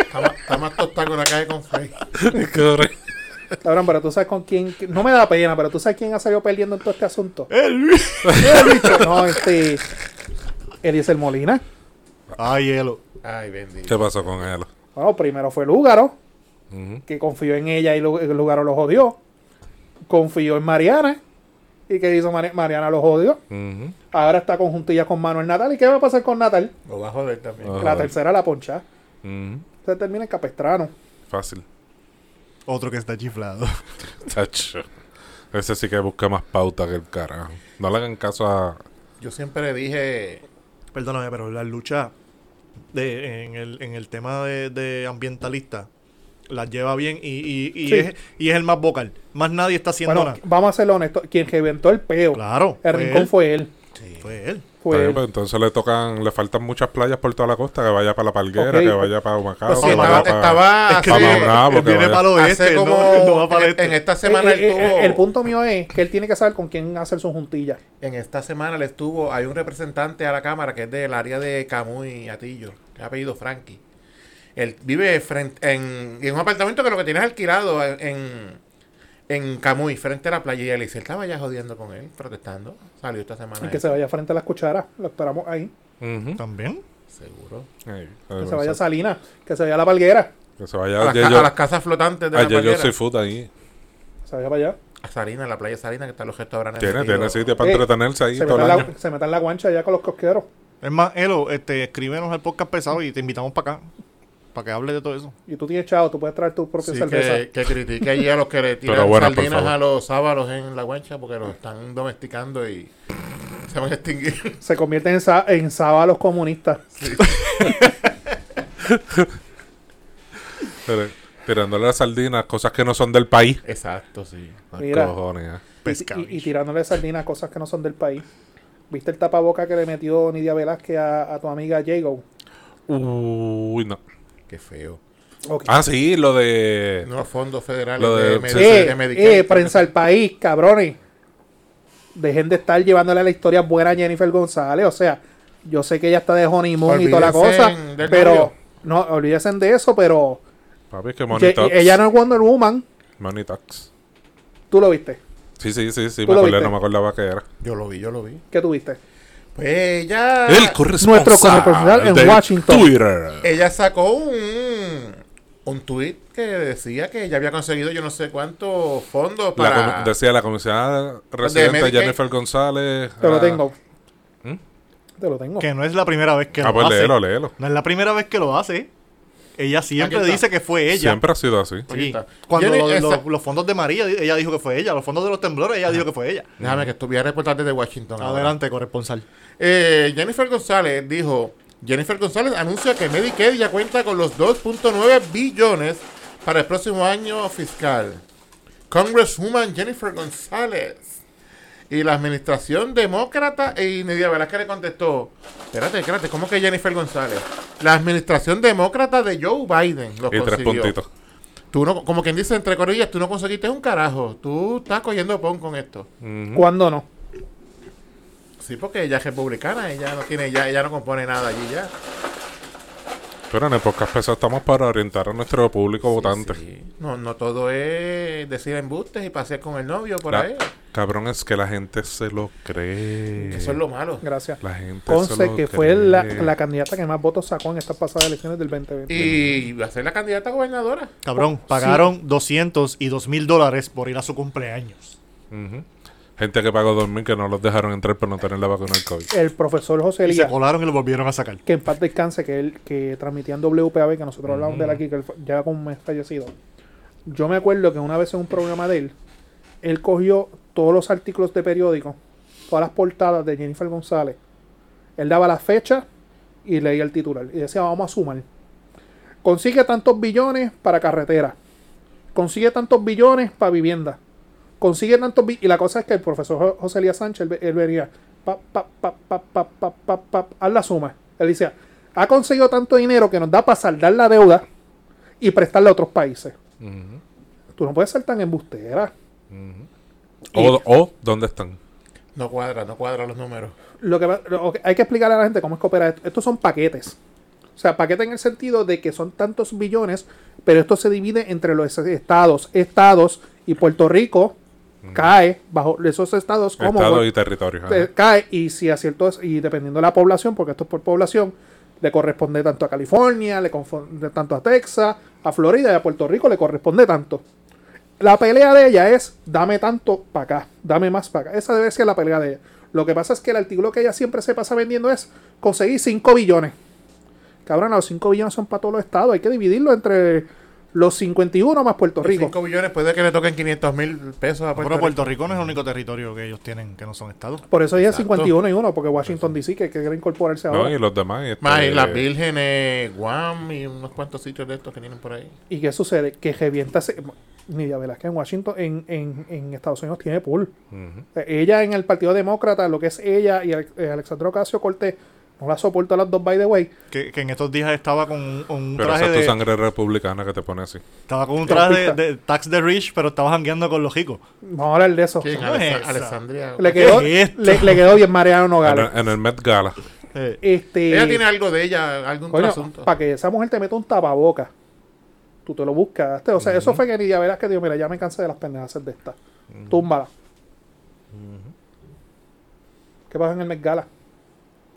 Está, más- está más tostada con la calle con fe.
Cabrón.
Cabrón, pero tú sabes con quién. No me da pena, pero tú sabes quién ha salido perdiendo en todo este asunto. no, este. Eliezer Molina.
Ay, hielo.
Ay, bendito.
¿Qué pasó con él?
Bueno, primero fue Lúgaro,
Ujú.
que confió en ella y Lu- Lúgaro lo jodió. Confió en Mariana. ¿Y que hizo Mari- Mariana? Lo jodió.
Ujú.
Ahora está conjuntilla con Manuel Natal. ¿Y qué va a pasar con Natal?
Lo va a joder también.
Ah.
La
Joder.
tercera la poncha.
Ujú.
Se termina en Capestrano.
Fácil.
Otro que está chiflado.
Tacho. Ese sí que busca más pauta que el carajo. No le hagan caso a.
Yo siempre le dije,
Perdóname, pero la lucha de, en, el, en el tema de, de ambientalista las lleva bien y, y, y
Sí.
es, y es el más vocal. Más nadie está haciendo
Bueno,
nada.
vamos a serlo honestos. Quien reventó el peo,
Claro.
el
fue
rincón
él.
fue él.
Fue él.
Fue
Está bien,
él.
pues, entonces le tocan, le faltan muchas playas por toda la costa, que vaya para la Palguera,
Ok,
que
pues-
vaya para Humacao,
pues
sí,
que
estaba,
vaya para
estaba
Es que
hace-
pa' Maunabo,
él
que
viene
vaya.
para el oeste,
hace
no,
como
no va para el
en,
este.
en esta semana
Eh,
él
eh,
tuvo,
eh, el punto mío es que él tiene que saber con quién hacer su juntilla.
en esta semana le estuvo, hay un representante a la cámara que es del área de Camuy y Atillo, que es apellido Frankie. Él vive frente, en, en un apartamento que lo que tiene es alquilado en, en, en Camuy, frente a la playa. Y él dice, él estaba ya jodiendo con él, protestando. Salió esta semana.
Y que
él.
se vaya frente a las cucharas. Lo esperamos ahí.
Ujú.
También.
Seguro.
Ahí, ahí
Que se
va,
vaya a
exacto.
Salinas. Que se vaya a la palguera.
Que se vaya
A, las ca-
Yeyo-
a las casas flotantes de
a
la
Yeyo
playera.
Seafood ahí.
Se vaya para allá.
A Sarina, en la playa Sarina, que están los restaurantes.
Tiene,
vestidos.
tiene sitio para
Eh,
entretenerse ahí
Se
todo
metan,
el año.
la, se metan la guancha allá con los cosqueros.
Es más, Elo, este, escríbenos al podcast pesado y te invitamos para acá. Para que hable de todo eso.
Y tú tienes chavo, tú puedes traer tu propia
Sí,
cerveza.
que, que critique ahí a los que le tiran
bueno, por
sardinas
favor.
a los sábalos en la guancha porque los están domesticando y se van a extinguir.
Se convierten en, sa- en sábalos comunistas.
Pero- Tirándole las sardinas, cosas que no son del país.
Exacto, sí.
Ay,
Mira.
cojones, eh.
Y, y- y
Pescadillo.
tirándole sardinas a cosas que no son del país. ¿Viste el tapaboca que le metió Nidia Velázquez a, a tu amiga Jago?
Uy, no.
Qué feo.
Ok.
Ah, sí, lo de.
Nuevos fondos federales
Lo de-
de,
sí,
Medi-
sí.
de
eh,
Medicaid.
eh, prensa al país, cabrones. Dejen de estar llevándole la historia buena a Jennifer González. O sea, yo sé que ella está de honeymoon y toda la cosa,
Olvídense del
pero
novio.
no olvídense de eso. Pero
Papi, es que
ye-
Money Talks.
ella no es Wonder Woman.
Money Talks.
Tú lo viste.
Sí, sí, sí, sí.
¿Tú
Me
lo
acordé,
viste?
no me acordaba que era.
Yo lo vi, yo lo vi.
¿Qué tuviste?
Pues ella.
El corresponsal.
Nuestro corresponsal en
de
Washington.
Twitter.
Ella sacó un. Un tweet que decía que ella había conseguido yo no sé cuántos fondos
La
para.
comi- decía la comisionada residente
Medicaid.
Jennifer González.
Te lo
ah,
tengo.
¿Mm?
Te lo tengo.
Que no es la primera vez que
Ah,
lo
pues
hace.
léelo, léelo.
No es la primera vez que lo hace. Ella siempre
Aquí está.
dice que fue ella.
Siempre ha sido así.
Sí.
Aquí está.
Cuando
Jenny,
lo-
esa-
lo- los fondos de María, di- ella dijo que fue ella. Los fondos de los temblores, ella dijo que fue ella.
Déjame que estuviera reportando desde Washington. ahora.
Adelante, corresponsal.
Eh, Jennifer González dijo, Jennifer González anuncia que Medicaid ya cuenta con los 2.9 billones para el próximo año fiscal. Congresswoman Jennifer González y la administración demócrata y Nidia Velázquez le contestó, espérate, espérate, ¿cómo que Jennifer González? La administración demócrata de Joe Biden los
Y tres
consiguió.
puntitos.
Tú no, como quien dice entre corillas, tú no conseguiste un carajo, tú estás cogiendo pon con esto.
Ujú.
¿Cuándo no?
Sí, porque ella es republicana, ella no tiene, ya, ella no compone nada allí ya.
Pero en el podcast pesado estamos para orientar a nuestro público votante.
Sí. No, no todo es decir embustes y pasear con el novio por
La-
ahí.
Cabrón, es que la gente se lo cree.
Eso es lo malo.
Gracias.
La gente se
Ponce,
lo
que fue la,
cree.
la candidata que más votos sacó en estas pasadas elecciones del 2020.
Y va a ser la candidata a gobernadora.
Cabrón, pagaron 200 y 2 mil dólares por ir a su cumpleaños.
Ujú. Gente que pagó 2.000 que no los dejaron entrar por no tener la vacuna del COVID.
El profesor José
Y se
Elías,
colaron y lo volvieron a sacar.
que en paz descanse, que él que transmitía en WPAB, que nosotros hablamos de él aquí, que él fue- ya con un mes fallecido. Yo me acuerdo que una vez en un programa de él, él cogió todos los artículos de periódico, todas las portadas de Jennifer González. Él daba la fecha y leía el titular. Y decía, vamos a sumar. Consigue tantos billones para carretera. Consigue tantos billones para vivienda. Consigue tantos billones. Y la cosa es que el profesor Jo- José Elías Sánchez, él, ve- él vería, pa, pa, pa, pa, pa, pa, pa, pa, haz la suma. Él decía, ha conseguido tanto dinero que nos da para saldar la deuda y prestarle a otros países.
Ujú.
Tú no puedes ser tan embustera.
o, o, ¿dónde están?
No cuadra, no cuadra los números.
lo que, va- lo que- hay que explicarle a la gente cómo es que opera esto. Estos son paquetes. O sea, paquetes en el sentido de que son tantos billones, pero esto se divide entre los estados, estados y Puerto Rico cae bajo esos estados como
Estados y territorios. ajá.
eh, cae y si a ciertos y dependiendo de la población, porque esto es por población, le corresponde tanto a California, le corresponde tanto a Texas, a Florida y a Puerto Rico le corresponde tanto. La pelea de ella es dame tanto para acá, dame más para acá. Esa debe ser la pelea de ella. Lo que pasa es que el artículo que ella siempre se pasa vendiendo es conseguir 5 billones. Cabrón, los 5 billones son para todos los estados, hay que dividirlo entre los 51 más Puerto
Los
Rico.
5 billones puede que le toquen 500 mil pesos a Puerto
Pero
Rico.
Puerto Rico no es el único territorio que ellos tienen que no son estados.
Por eso ella es 51 y 1, porque Washington DC que que quiere incorporarse ahora.
No, y los demás. este,
Más y las vírgenes, Guam y unos cuantos sitios de estos que tienen por ahí.
¿Y qué sucede? Que revienta. se- Nidia Velázquez en Washington, en, en, en Estados Unidos, tiene pool.
ujú.
O sea, Ella en el Partido Demócrata, lo que es ella y Alex- eh, Alexandra Ocasio Cortés, no la soporto a las dos, by the way.
Que, que en estos días estaba con un, un
Pero esa
traje
es tu
de,
sangre republicana que te pone así.
estaba con un
Pero
traje
pista.
de, de tax de rich, pero estaba jangueando con los ricos.
Vamos a hablar de eso.
¿Quién?
¿Cómo es
Alesa-
esa?
Alessandria.
Le
¿Qué
quedó,
es esto?
le, le quedó bien mareado en
En
Nogales.
el, en el Met Gala.
Eh,
Este,
Ella tiene algo de ella, algún asunto.
para que esa mujer te meta un tapaboca, tú te lo buscaste. O sea, eso fue que Nidia Velázquez dijo: Mira, ya me cansé de las pendejas de estas. Túmbala. ¿Qué pasa en el Met Gala?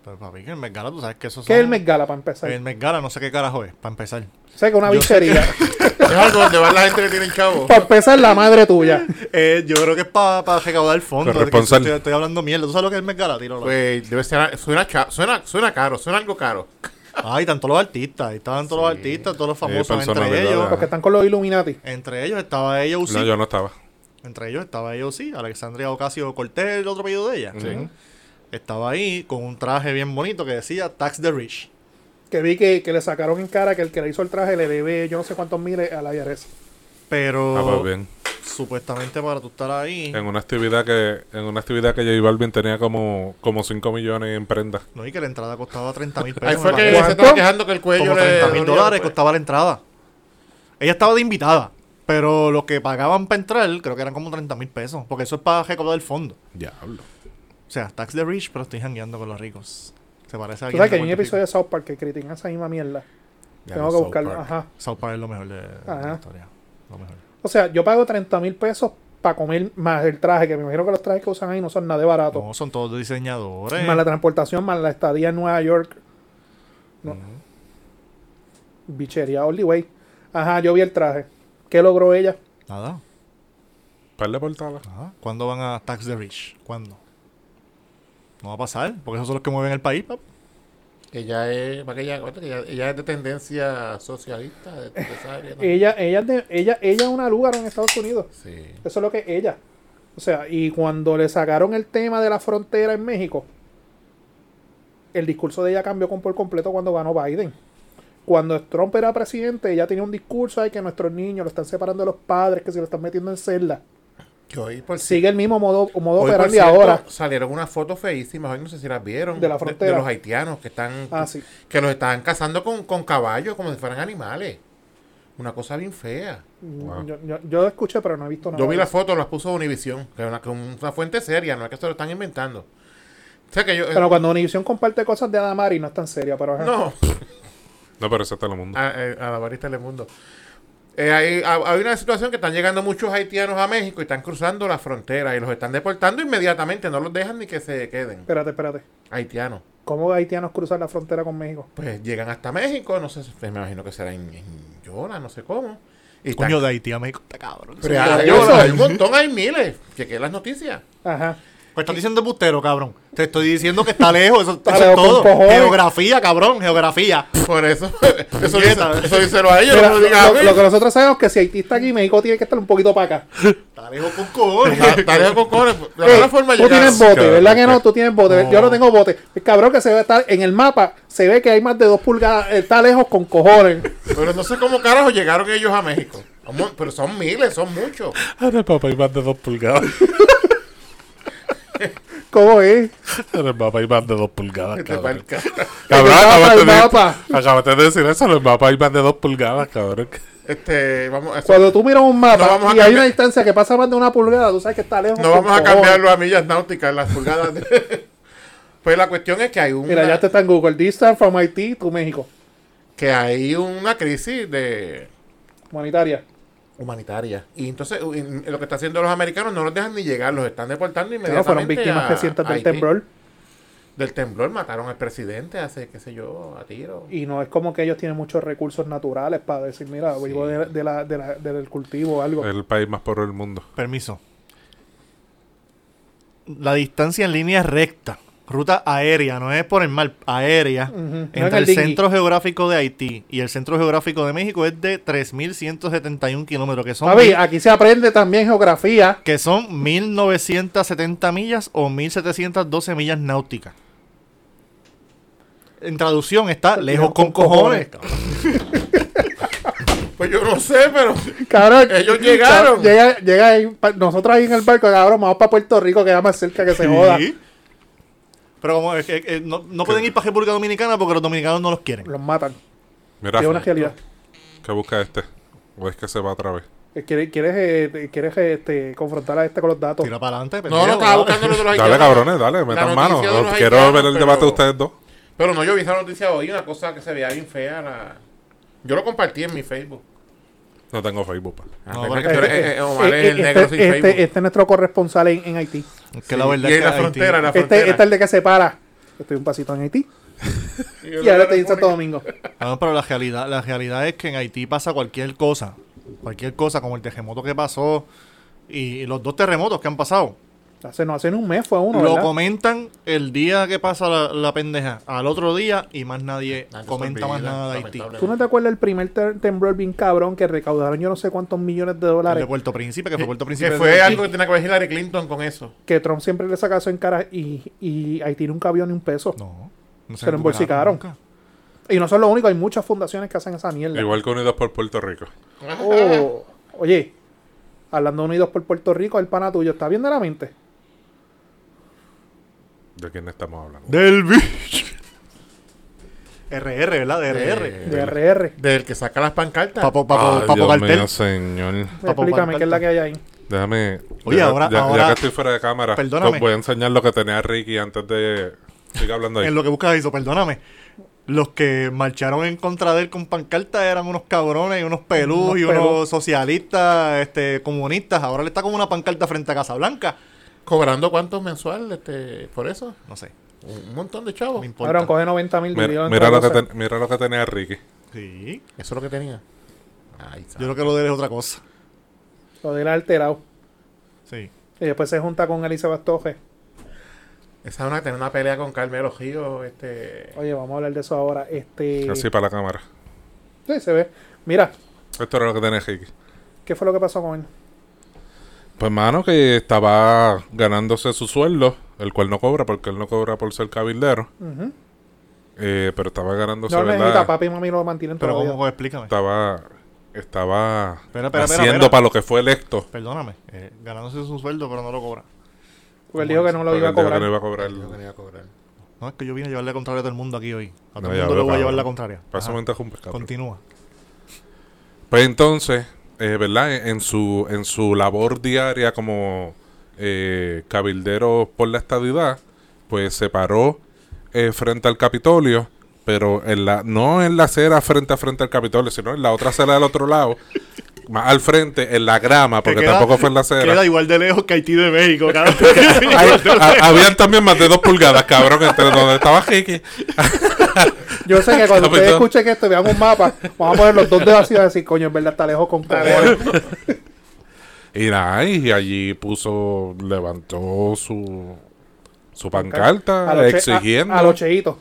Pero papi, que el Met Gala, tú sabes que eso
¿Qué es el
son-
Met Gala para empezar?
El Met Gala, no sé qué carajo es, para empezar.
Sé que una
Yo sé
bichería.
Es algo donde va la gente que tiene chavo.
Para empezar, la madre tuya.
Eh, yo creo que es para recaudar fondos.
Corresponsal.
Es que Estoy, estoy hablando mierda. ¿Tú sabes lo que es el Met Gala? Tíralo.
Pues debe ser, suena, cha- suena, suena caro, suena algo caro.
Ay, tanto los artistas. Ahí estaban todos los artistas, todos los
Sí, Eh,
famosos. entre
personalidades.
ellos,
Los que están con los Illuminati.
entre ellos estaba ella
No, yo no estaba.
Entre ellos estaba ella sí, Alexandria Ocasio Cortés, el otro apellido de ella. Ujú. Estaba ahí con un traje bien bonito que decía Tax the Rich.
Que vi que, que le sacaron en cara que el que le hizo el traje le debe yo no sé cuántos miles a la IRS.
Pero
Ah, pues bien.
supuestamente para tú estar ahí.
En una actividad que en una actividad que J Balvin tenía como, como 5 millones en prendas.
No, y que la entrada costaba 30 mil pesos.
Ahí fue
me
que
parece.
se
¿Cuánto?
estaba quejando que el cuello
Como
le
30 mil
dolía,
dólares
pues.
costaba la entrada. Ella estaba de invitada. Pero lo que pagaban para entrar, creo que eran como 30 mil pesos. Porque eso es para recaudar el fondo.
Diablo.
O sea, Tax the Rich, pero estoy jangueando con los ricos. Se parece a
Tú
alguien
sabes que
de
hay un
Puerto
episodio de South Park que critican esa misma mierda.
Ya
Tengo
no,
que
South
buscarlo.
Park.
Ajá.
Rico. South Park es lo mejor de, de la
Ajá.
historia. Lo mejor.
O sea, yo pago 30 mil pesos para comer más el traje, que me imagino que los trajes que usan ahí no son nada de barato.
No, son todos diseñadores.
Más la transportación, más la estadía en Nueva York.
Mm,
No. Bichería, only way. Ajá, yo vi el traje. ¿Qué logró ella?
Nada,
Par de portadas.
nada. ¿Cuándo van a Tax the Rich? ¿Cuándo? No va a pasar, porque esos son los que mueven el país. pap.
Ella es, para que ella, acuérdate que ella, ella es de tendencia socialista, de de esa área, ¿no?
Ella, ella, es de- ella, ella es una lugar en Estados Unidos.
Sí.
Eso es lo que es ella. O sea, y cuando le sacaron el tema de la frontera en México, el discurso de ella cambió con- por completo cuando ganó Biden. Cuando Trump era presidente, ella tenía un discurso de que nuestros niños lo están separando de los padres, que se lo están metiendo en celda.
Que hoy por
Sigue el mismo modo, modo
hoy, por
operandi
cierto,
ahora.
Salieron unas fotos feísimas, hoy no sé si las vieron.
De la frontera.
De, los haitianos que están,
Ah, sí.
que los están cazando con, con caballos como si fueran animales. Una cosa bien fea.
Wow.
Yo, yo- yo escuché, pero no he visto nada.
Yo vi
de
las
eso.
fotos, las puso Univision, que es una, que es una fuente seria, no es que se lo están inventando. O sea que yo... eh,
Pero cuando Univision comparte cosas de Adamari, no es tan seria, pero ajá.
no,
No, pero ese está en el
Ah,
mundo.
a, eh, a la barista del mundo. Eh, hay, ha- hay una situación que están llegando muchos haitianos a México y están cruzando la frontera y los están deportando inmediatamente, no los dejan ni que se queden
Espérate, espérate.
haitianos.
¿Cómo haitianos cruzan la frontera con México?
Pues llegan hasta México, no sé, me imagino que será en, en Yola, no sé cómo. Y están-
Coño, de Haití a México está cabrón.
Pero
Sí,
hay,
cabrón.
hay un montón, hay miles. Chequeé las noticias.
Ajá.
Me Pues estás diciendo embustero, cabrón. Te estoy diciendo que está lejos, eso,
Está
eso es
lejos con
todo.
cojones.
Geografía, cabrón, geografía.
Por eso, eso, dice,
Puñeta.
eso díselo a ellos,
Mira,
no
lo,
lo digas a mí.
lo- lo que nosotros sabemos es que si Haití está aquí, México tiene que estar un poquito para acá.
Está lejos con cojones.
Está- está lejos con cojones. La
Ey,
mejor forma de
tú
llegar-
tienes bote,
Cabrón,
¿verdad que
pues.
no? Tú tienes bote.
No.
Yo no tengo bote. El cabrón que se ve estar en el mapa, se ve que hay más de dos pulgadas. eh, Está lejos con cojones.
Pero no sé cómo carajo llegaron ellos a México. Como- Pero son miles, son muchos.
Eres papá y más de 2 pulgadas.
¿Cómo es?
Eres papá y más de 2 pulgadas,
Este
cabrón.
barca.
Cabrón,
Este mapa,
acabaste
el
de,
mapa.
acabaste de decir eso, los mapas hay más de 2 pulgadas, cabrón.
Este, vamos, eso-
Cuando tú miras un mapa
No vamos a
y hay
cambiar-
una distancia que pasa más de una pulgada, tú sabes que está lejos.
no
con
vamos a
cojones.
cambiarlo a millas náuticas, las pulgadas. de- pues la cuestión es que hay un
Mira, ya te está en Google. Distance from Haití to México.
que hay una crisis de
Humanitaria.
humanitaria. Y entonces u- en- lo que están haciendo los americanos no los dejan ni llegar, los están
Claro,
deportando inmediatamente.
fueron víctimas
a
recientes del
Haití.
temblor.
Del temblor mataron al presidente hace, qué sé yo, a tiro.
Y no es como que ellos tienen muchos recursos naturales para decir, mira, vivo de, de la, de la- del cultivo o algo.
El país más pobre del mundo.
Permiso. La distancia en línea recta, ruta aérea, no es por el mar, aérea,
Ujú, no en
entre
el
el
dinghy.
centro geográfico de Haití y el centro geográfico de México es de 3.171 kilómetros, que son,
Papi,
mil-
aquí se aprende también geografía.
que son 1.970 millas o 1.712 millas náuticas. En traducción está lejos con, cojones. cabrón.
Pues yo no sé, pero
Cabrón,
Ellos llegaron.
Llega, llega ahí, pa- nosotros ahí en el barco, cabrón, vamos para Puerto Rico, queda más cerca que se joda.
Sí. Pero como es que- es que no, no pueden ir para República Dominicana porque los dominicanos no los quieren.
Los matan.
Mira,
es una realidad.
¿qué busca este? ¿O es que se va otra vez?
Eh, ¿Quieres, quieres, eh, te- quieres eh, este, confrontar a este con los datos?
Tira para adelante.
no, no estaba buscando los de los
Dale,
haitianos.
cabrones, dale, metan
noticia
mano.
de los
Quiero
haitianos,
ver el
pero-
debate de ustedes dos.
Pero no, yo vi esa noticia hoy, una cosa que se veía bien fea. la- Yo lo compartí en mi Facebook.
No tengo Facebook, pa.
No,
Ah,
pero-
que tú eres- eh, eh, Omar es
Eh, eh,
el negro sin
este, este-
Facebook.
este es nuestro corresponsal en, en Haití.
Que la verdad
y
es
en
que
la
Haití-
frontera, en la
Este,
frontera.
este es el de que se para. Estoy un pasito en Haití.
Y,
Y ahora te dicen Santo Domingo.
No, pero la realidad, la realidad es que en Haití pasa cualquier cosa. Cualquier cosa, como el terremoto que pasó y los dos terremotos que han pasado.
Hace, no, hace ni un mes fue uno,
lo
¿verdad?
comentan el día que pasa la, la pendeja, al otro día y más nadie
Nadie se
comenta más
olvida,
nada de Haití.
lamentablemente.
¿Tú no te acuerdas el primer ter- temblor bien cabrón que recaudaron yo no sé cuántos millones de
El
dólares?
de Puerto Príncipe, Eh, que fue Puerto Príncipe.
Que
de
fue
Haití.
algo que tenía que ver Hillary Clinton con eso.
Que Trump siempre le saca eso en cara y, y Haití nunca vio ni un peso.
No, no
Se lo embolsicaron.
nunca.
Y no son los únicos, hay muchas fundaciones que hacen esa mierda.
Igual que Unidos por Puerto Rico.
Oh, oye, hablando de Unidos por Puerto Rico, el pana tuyo está bien de la mente.
¿De quién estamos hablando?
Del bicho. RR, ¿verdad? De RR.
Eh,
De RR.
Del que saca las pancartas.
Papo, papo,
Ay,
papo
Dios
cartel.
mío, señor.
Papo,
Explícame qué es la que hay ahí.
Déjame.
Oye,
ya-
ahora-
ya, ya
ahora-
que estoy fuera de cámara,
Perdóname.
os voy a enseñar lo que tenía Ricky antes de. Sigue hablando ahí.
En lo que buscas eso, perdóname. Los que marcharon en contra de él con pancarta eran unos cabrones y unos pelús
Unos
y unos
pelús.
socialistas, este, comunistas. Ahora le está como una pancarta frente a Casablanca.
¿Cobrando cuántos mensual este, por eso?
No sé,
Un montón de
no
chavos.
me
Eso
importa.
Cabrón, coge 90 mil
Mira, mira lo que ten- mira lo que tenía Ricky.
Sí,
es lo que tenía. Ahí está.
yo lo que lo de él es otra cosa.
Lo del alterado.
Sí.
Y después se junta con Elise Bastoje.
Esa es una tener una pelea con Carmelo Gio, este.
Oye, vamos a hablar de eso ahora. Este.
Así para la cámara.
Sí, se ve. Mira,
Esto era lo que tenía Ricky.
¿qué fue lo que pasó con él?
Pues, mano, que estaba ganándose su sueldo, el cual no cobra porque él no cobra por ser cabildero.
Ujú.
Eh, pero estaba ganándose,
No lo
¿verdad?
necesita, papi y mami lo mantienen
Pero
todavía.
¿cómo? Explícame.
Estaba. Estaba
Espera, espera, espera,
haciendo
espera.
para lo que fue electo.
Perdóname. eh, ganándose su sueldo, pero no lo cobra.
Porque él dijo que no lo
Porque
iba a
él dijo que
cobrar.
no iba a cobrar.
Yo quería cobrar.
No, es que yo vine a llevarle la contraria a todo el mundo aquí hoy. A
No,
todo
ya
el mundo
veo,
le voy a llevar
cabrón.
la contraria.
Para eso
Ajá,
me interrumpes, cabrón.
Continúa.
Pues entonces, eh, ¿verdad? En- En su, en su labor diaria como eh, cabildero por la estadidad, pues se paró eh, frente al Capitolio, pero en la, no en la acera frente a frente al Capitolio, sino en la otra acera del otro lado, más al frente, en la grama, porque
Que queda-
tampoco fue en la acera.
Queda igual de lejos que Haití de México, cabrón.
Hay- ha- habían también más de dos pulgadas, cabrón, entre donde estaba Ricky.
Yo sé que cuando ustedes
Capitán.
escuchen esto y vean un mapa, vamos a poner los dos dedos así y van a decir, coño, en verdad está lejos con cojones.
Y nada, y allí puso, levantó su, su pancarta
A los che-
exigiendo.
A, a los cheitos.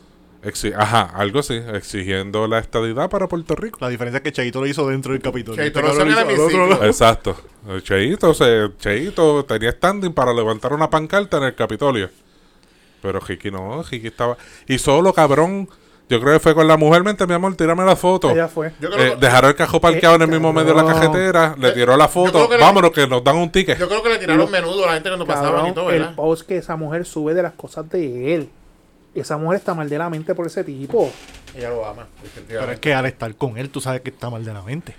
Exi- Ajá, algo así, exigiendo la estadidad para Puerto Rico.
La diferencia es que Cheito lo hizo dentro del Capitolio.
Cheito
Este
lo hizo
cabrón
en el
al otro
hemiciclo.
lado.
Exacto. El Cheito, se, Cheito tenía standing para levantar una pancarta en el Capitolio. Pero Ricky no, Ricky estaba... Y solo, cabrón, yo creo que fue con la mujer, mente, mi amor, tírame la foto.
Ella fue.
Yo creo,
Eh,
que,
dejaron el cajo parqueado en el mismo medio de la
cabrón.
cajetera, le
Eh,
tiró la
creo
foto,
que le-
vámonos que nos dan un ticket.
yo creo que le tiraron menudo a la gente cuando pasaban y todo,
Cabrón, el
¿verdad?
post que esa mujer sube de las cosas de él. Esa mujer está mal de la mente por ese tipo.
Ella lo ama.
Pero es que al estar con él, tú sabes que está mal de la mente.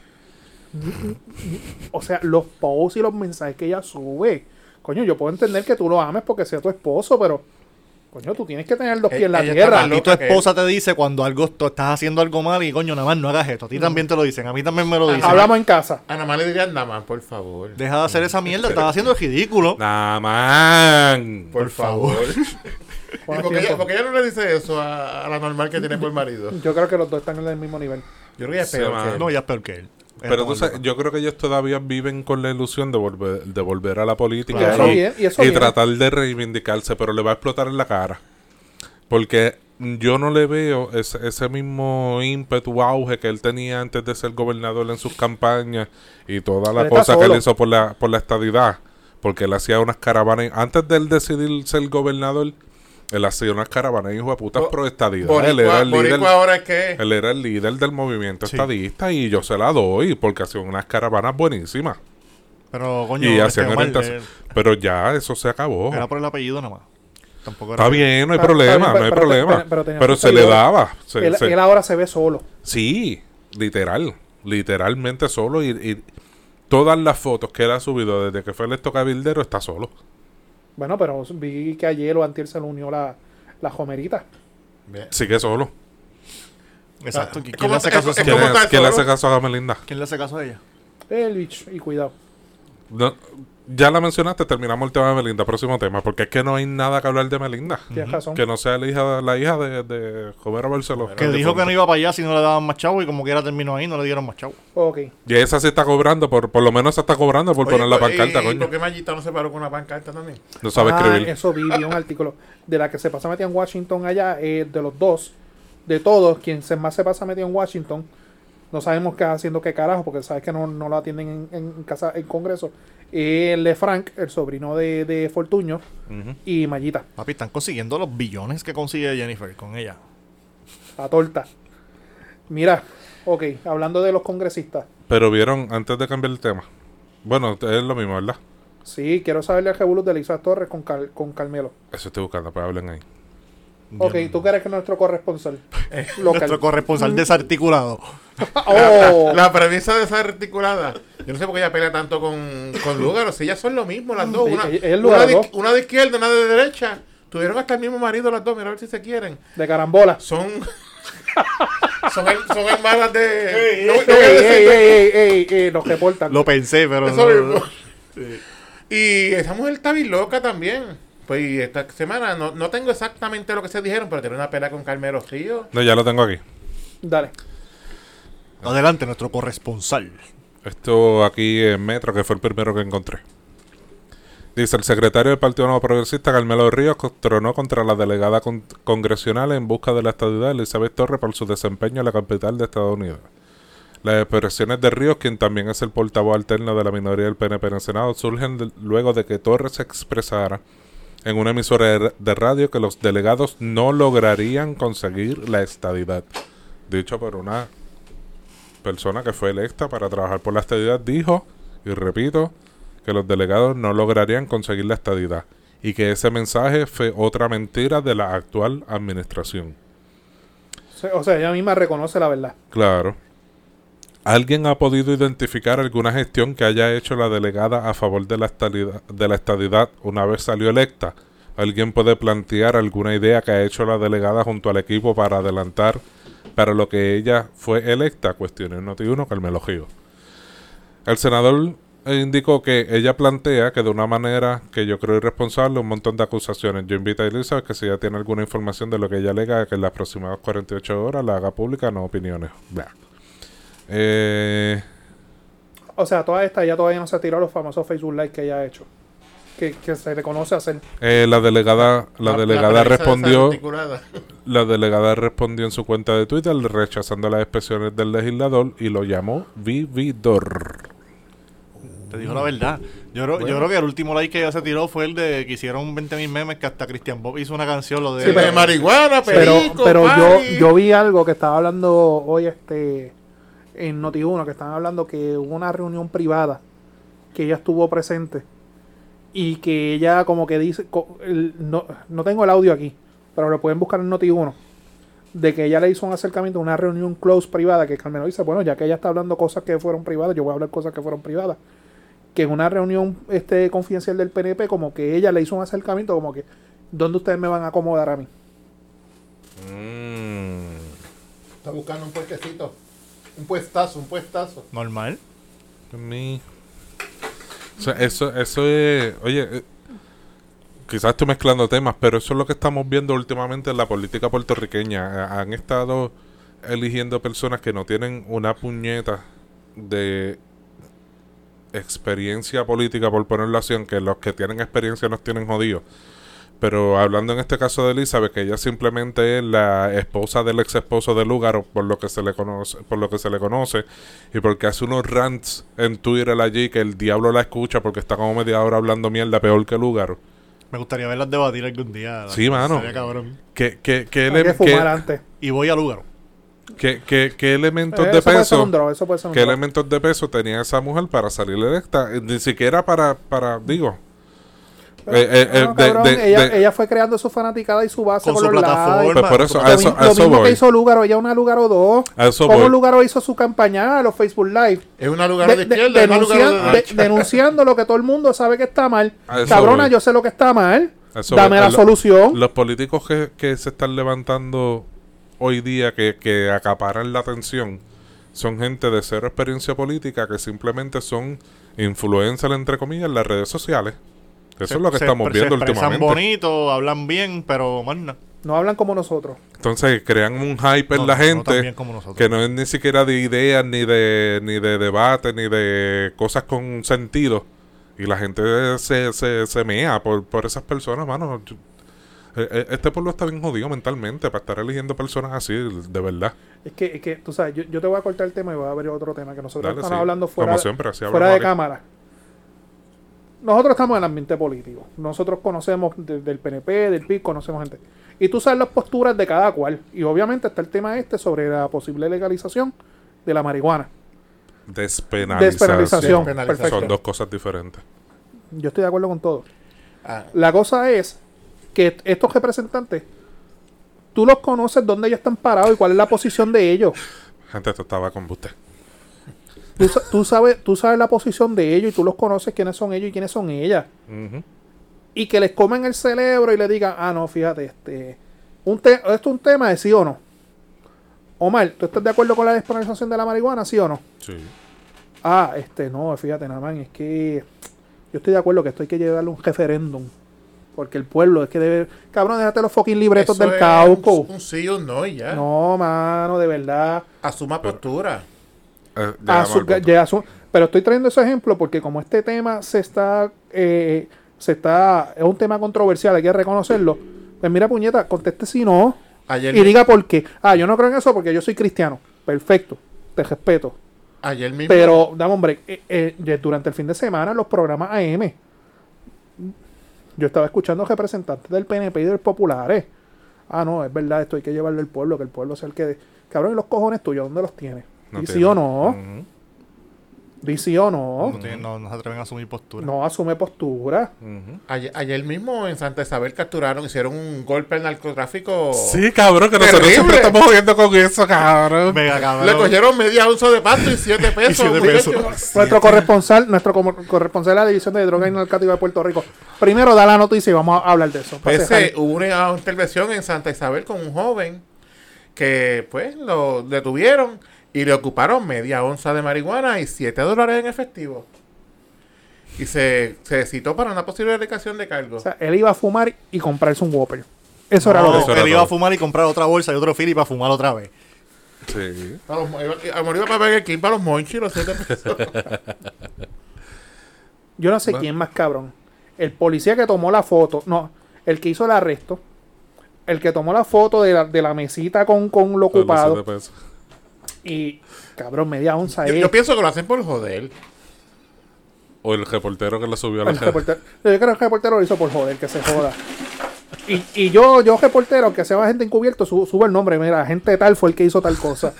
O sea, los posts y los mensajes que ella sube. Coño, yo puedo entender que tú lo ames porque sea tu esposo, pero. Coño, tú tienes que tener los
Eh,
pies en la
ella está
tierra.
mal-
Y tu
Loca que-
esposa te dice cuando algo tú estás haciendo algo mal y coño, nada más no hagas esto. A ti también te lo dicen, a mí también me lo dicen.
Hablamos en casa.
Ana más le diría anda más, por favor.
Deja de hacer esa mierda, estás haciendo el ridículo.
Nada, man.
por favor.
Con
¿Y
el
por qué ella,
tiempo.
por qué ella no le dice eso a, a la normal que tiene por marido? Yo
Yo creo que los dos están en el mismo nivel.
creo que ella es
Sí,
peor.
man.
que-
No, ya es peor que él.
Pero tú
Entonces,
sabes, yo creo que ellos todavía viven con la ilusión de volver, de volver a la política
Y eso
y,
bien, y eso
y
bien.
tratar de reivindicarse, pero le va a explotar en la cara. Porque yo no le veo ese, ese mismo ímpetu, auge que él tenía antes de ser gobernador en sus campañas y toda
Él
la
está
cosa que él
solo.
hizo por la, por la estadidad. Porque él hacía unas caravanas. Antes de él decidir ser gobernador, él hacía unas caravanas, hijo de putas,
Bo-
pro estadidad. él
Boricua,
era el líder.
Boricua ahora es que.
Él era el líder del movimiento
Sí.
estadista y yo se la doy porque hacían unas caravanas buenísimas.
Pero coño,
y
este
hacían
Omar,
orientación.
eh,
Pero ya, eso se acabó.
era por el apellido nada más. Tampoco era.
Está bien, no hay
Está- está bien,
problema, no hay
pero- pero-
problema.
pero- pero tenía
Pero
sus
se le
seguidores.
daba. se-
él,
se-
él ahora se ve solo.
Sí, literal. Literalmente solo. Y, y todas las fotos que él ha subido desde que fue electo cabildero está solo.
Bueno, pero vi que ayer o antier se le unió la, la jomerita.
Bien.
Sigue solo.
Exacto. ¿Qui- ¿Quién
¿Cómo
le hace
es-
caso a
es
ese
¿Quién
como
mujer?
le,
está
quién le
solo?
hace caso a Melinda?
¿Quién le hace caso a ella?
El bicho, y cuidado.
no- ya la mencionaste, terminamos el tema de Melinda, próximo tema, porque es que no hay nada que hablar de Melinda.
Tienes razón.
Que no sea la hija, la hija de, de Romero Barceló.
Que dijo que no iba para allá si no le daban más chavo y como quiera terminó ahí, no le dieron más chavo.
Ok.
Y esa se está cobrando, por, por lo menos se está cobrando por
Oye,
poner la
pues,
pancarta,
eh,
¿y- y
coño.
¿Por qué Mayita no se paró con una pancarta también?
No sabe
Ah,
escribir.
Eso vi, vi un artículo de la que se pasa metida en Washington allá, eh, de los dos, de todos, quien se más se pasa metida en Washington, no sabemos qué haciendo qué carajo, porque sabes que no, no lo atienden en, en casa, en Congreso. Eh, El de Frank, el sobrino de, de Fortuño,
Ujú.
y Mallita,
Papi, están consiguiendo los billones que consigue Jennifer con ella.
la torta. Mira, ok, hablando de los congresistas,
Pero vieron, antes de cambiar el tema. Bueno, es lo mismo, ¿verdad?
sí, quiero saberle al revolú de Elisa Torres con, Cal- con Carmelo.
Eso estoy buscando, pues hablen ahí.
Ok,
Bien.
tú que eres que nuestro corresponsal local.
Nuestro corresponsal desarticulado.
Oh,
La premisa desarticulada. Yo no sé por qué ella pelea tanto con, con Lugaro. Si ellas son lo mismo, las dos.
Sí,
Una,
ella- ella es
una,
Lugaro,
de,
¿no?
una de izquierda, una de derecha. Tuvieron hasta el mismo marido las dos. Mira a ver si se quieren.
de carambola.
Son. son, her- son hermanas de. no- no voy a
Ey,
decir-
ey, ey, ey, ey, ey, nos reportan.
Lo pensé, pero
Eso
no-
mismo. Y esa mujer está bien loca también. Pues y esta semana no, no tengo exactamente lo que se dijeron, pero tiene una pelea con Carmelo Río.
No, ya lo tengo aquí.
Dale.
Adelante, nuestro corresponsal.
Esto aquí en Metro, que fue el primero que encontré. Dice, el secretario del Partido Nuevo Progresista, Carmelo Ríos, tronó contra la delegada con- congresional en busca de la estadidad Elizabeth Torres por su desempeño en la capital de Estados Unidos. Las expresiones de Ríos, quien también es el portavoz alterno de la minoría del PNP en el Senado, surgen de- luego de que Torres se expresara en una emisora de ra- de radio que los delegados no lograrían conseguir la estadidad. Dicho por una persona que fue electa para trabajar por la estadidad dijo, y repito, que los delegados no lograrían conseguir la estadidad y que ese mensaje fue otra mentira de la actual administración.
Se- O sea, ella misma reconoce la verdad.
Claro. ¿Alguien ha podido identificar alguna gestión que haya hecho la delegada a favor de la estadidad, de la estadidad una vez salió electa? ¿Alguien puede plantear alguna idea que ha hecho la delegada junto al equipo para adelantar para lo que ella fue electa? Cuestionó en Noti1 Carmelo Gio. El senador eh, indicó que ella plantea que de una manera que yo creo irresponsable un montón de acusaciones. Yo invito a Elizabeth que si ella tiene alguna información de lo que ella alega que en las próximas 48 horas la haga pública, no opiniones. Bla. Eh,
O sea, toda esta ella todavía no se ha tirado los famosos Facebook Live que ella ha hecho. Que, que se reconoce hacer.
eh, la delegada, la delegada
premisa
respondió,
desarticulada.
la delegada respondió en su cuenta de Twitter rechazando las expresiones del legislador y lo llamó vividor.
Te digo
Mm.
la verdad. Yo creo, yo creo que el último like que ella se tiró fue el de que hicieron 20.000 memes que hasta Christian Bob hizo una canción, lo de...
Sí,
de marihuana,
Pero,
perico,
pero yo,
party.
yo vi algo que estaba hablando hoy este en Noti1, que estaban hablando que hubo una reunión privada que ella estuvo presente y que ella como que dice, co- el- no, no tengo el audio aquí, pero lo pueden buscar en Noti1, de que ella le hizo un acercamiento, una reunión close privada, que Carmen dice, bueno, ya que ella está hablando cosas que fueron privadas, yo voy a hablar cosas que fueron privadas. Que en una reunión este, confidencial del PNP, como que ella le hizo un acercamiento, como que, ¿dónde ustedes me van a acomodar a mí?
Está buscando un puestecito. Un puestazo, un puestazo.
Normal.
Mi- O sea, eso, eso es. Oye, eh, quizás estoy mezclando temas, pero eso es lo que estamos viendo últimamente en la política puertorriqueña. Ha- Han estado eligiendo personas que no tienen una puñeta de experiencia política, por ponerlo así, aunque los que tienen experiencia nos tienen jodidos. Pero hablando en este caso de Elizabeth, que ella simplemente es la esposa del ex esposo de Lugaro, por lo que se le conoce, por lo que se le conoce, y porque hace unos rants en Twitter allí que el diablo la escucha porque está como media hora hablando mierda peor que Lugaro.
Me gustaría verlas debatir algún día.
Sí, mano.
Sería cabrón.
¿Qué, qué, qué,
Hay que
ele-
fumar
qué-
antes.
Y voy a Lugaro.
qué- qué- qué elementos
Eh,
de
eso puede ser
peso?
un draw, eso puede ser un
¿Qué
draw.
elementos de peso tenía esa mujer para salir electa? Eh, Ni siquiera para, para digo. eh, eh, eh,
No,
de-
cabrón,
de-
ella,
de-
ella fue creando su fanaticada y su base
Con
por
su
los lados.
plataforma.
Pues por eso,
Lo
a
Lo,
eso,
mi-
a
lo
eso
mismo
voy.
que hizo Lugaro, ella una Lugaro 2.
A eso
¿Cómo
voy.
Lugaro hizo su campaña a los Facebook Live?
Es una lugar de
De- de-
izquierda, es una
denuncia-
lugar de
de-
derecha.
denunciando lo que todo el mundo sabe que está mal.
A eso
Cabrona,
voy.
yo sé lo que está mal.
A eso
Dame
voy. Eh,
la
Lo-
¿Oh?
solución.
Los políticos que, que se están levantando hoy día, que, que acaparan la atención, son gente de cero experiencia política que simplemente son influencer, entre comillas, en las redes sociales. Eso es lo que
Se-
estamos
se
viendo
expresan
últimamente.
bonito, hablan bien, pero más nada.
No hablan como nosotros.
Entonces crean un hype
No,
en Pues la
no tan
gente
bien como nosotros.
que no es ni siquiera de ideas, ni de, ni de debate, ni de cosas con sentido. Y la gente se, se, se mea por, por esas personas, mano. Yo- eh, eh, Este pueblo está bien jodido mentalmente para estar eligiendo personas así, de verdad.
Es que, es que tú sabes, yo, yo te voy a cortar el tema y voy a abrir otro tema que nosotros
Dale,
estamos
sí.
hablando fuera,
Como siempre, así
fuera de
hablamos aquí.
cámara. Nosotros estamos en el ambiente político. Nosotros conocemos de- del PNP, del PIB, conocemos gente. Y tú sabes las posturas de cada cual. Y obviamente está el tema este sobre la posible legalización de la marihuana.
Despenalización.
Despenalización.
Despenalización.
Perfecto.
Son dos cosas diferentes.
Yo estoy de acuerdo con todo.
Ah,
La cosa es que estos representantes, tú los conoces dónde ellos están parados y cuál es la posición de ellos.
Gente, esto estaba con usted.
Tú, sa- tú sabes, tú sabes la posición de ellos y tú los conoces quiénes son ellos y quiénes son ellas.
Ujú.
Y que les comen el cerebro y le digan, ah, no, fíjate, este, un te- esto es un tema de sí o no. Omar, ¿tú estás de acuerdo con la despenalización de la marihuana, sí o no?
Sí.
Ah, este, no, fíjate, nada más, es que yo estoy de acuerdo que esto hay que llevarle un referéndum. Porque el pueblo es que debe... Cabrón, déjate los fucking libretos
eso
del
es
cauco.
Un, un sí o un no y ya.
No, mano, de verdad.
Asuma postura.
Eh, llegamos
Azu-
al punto.
Ah, ya azu- pero estoy trayendo ese ejemplo porque como este tema se está, eh, se está, es un tema controversial, hay que reconocerlo. Pues mira, puñeta, conteste si no
Ayer,
y diga por qué. Ah, yo no creo en eso porque yo soy cristiano. Perfecto, te respeto.
ayer mismo.
Pero, dame hombre, eh, eh, ya durante el fin de semana los programas AM, yo estaba escuchando representantes del PNP y del Populares. Ah, no, es verdad, esto hay que llevarlo al pueblo, que el pueblo sea el que... Cabrón, ¿y los cojones tuyos dónde los tienes?
No
¿Di sí
tiene-
o no?
Ujú,
¿Di sí o no?
No, tienen- no- no se atreven a asumir postura.
No asume postura.
ujú.
Ayer, ayer mismo en Santa Isabel capturaron, hicieron un golpe al narcotráfico.
Sí, cabrón, que nosotros
Terrible.
siempre estamos jodiendo con eso, cabrón.
Mega cabrón.
Le cogieron media onza de pasto y siete pesos.
siete
muchacho.
pesos.
Nuestro corresponsal, nuestro como- corresponsal de la División de Drogas y Narcóticos de Puerto Rico. Primero da la noticia y vamos a hablar de eso. para
Ese,
cerrar.
hubo una intervención en Santa Isabel con un joven que pues lo detuvieron y le ocuparon media onza de marihuana y 7 dólares en efectivo. Y se, se citó para una posible erradicación de cargo.
O sea, él iba a fumar y comprarse un Whopper. Eso era
No,
lo
Eso
que...
era
él iba
todo.
a fumar y comprar otra bolsa y otro fili para fumar otra vez.
Sí.
Para los, mo- iba- a morir para Burger King, para los monchis, los 7 pesos.
Yo no sé quién más cabrón. El policía que tomó la foto. No, el que hizo el arresto. El que tomó la foto de la, de la mesita con, con
Ah,
lo ocupado.
Los siete pesos.
Y, cabrón, media onza
Yo,
él.
yo pienso que lo hacen por joder.
O el reportero que lo subió a la
El
gente.
reportero- yo creo que el reportero lo hizo por joder, que se joda. Y, y yo, yo reportero, que se va gente encubierto, su- subo el nombre, mira, gente tal fue el que hizo tal cosa.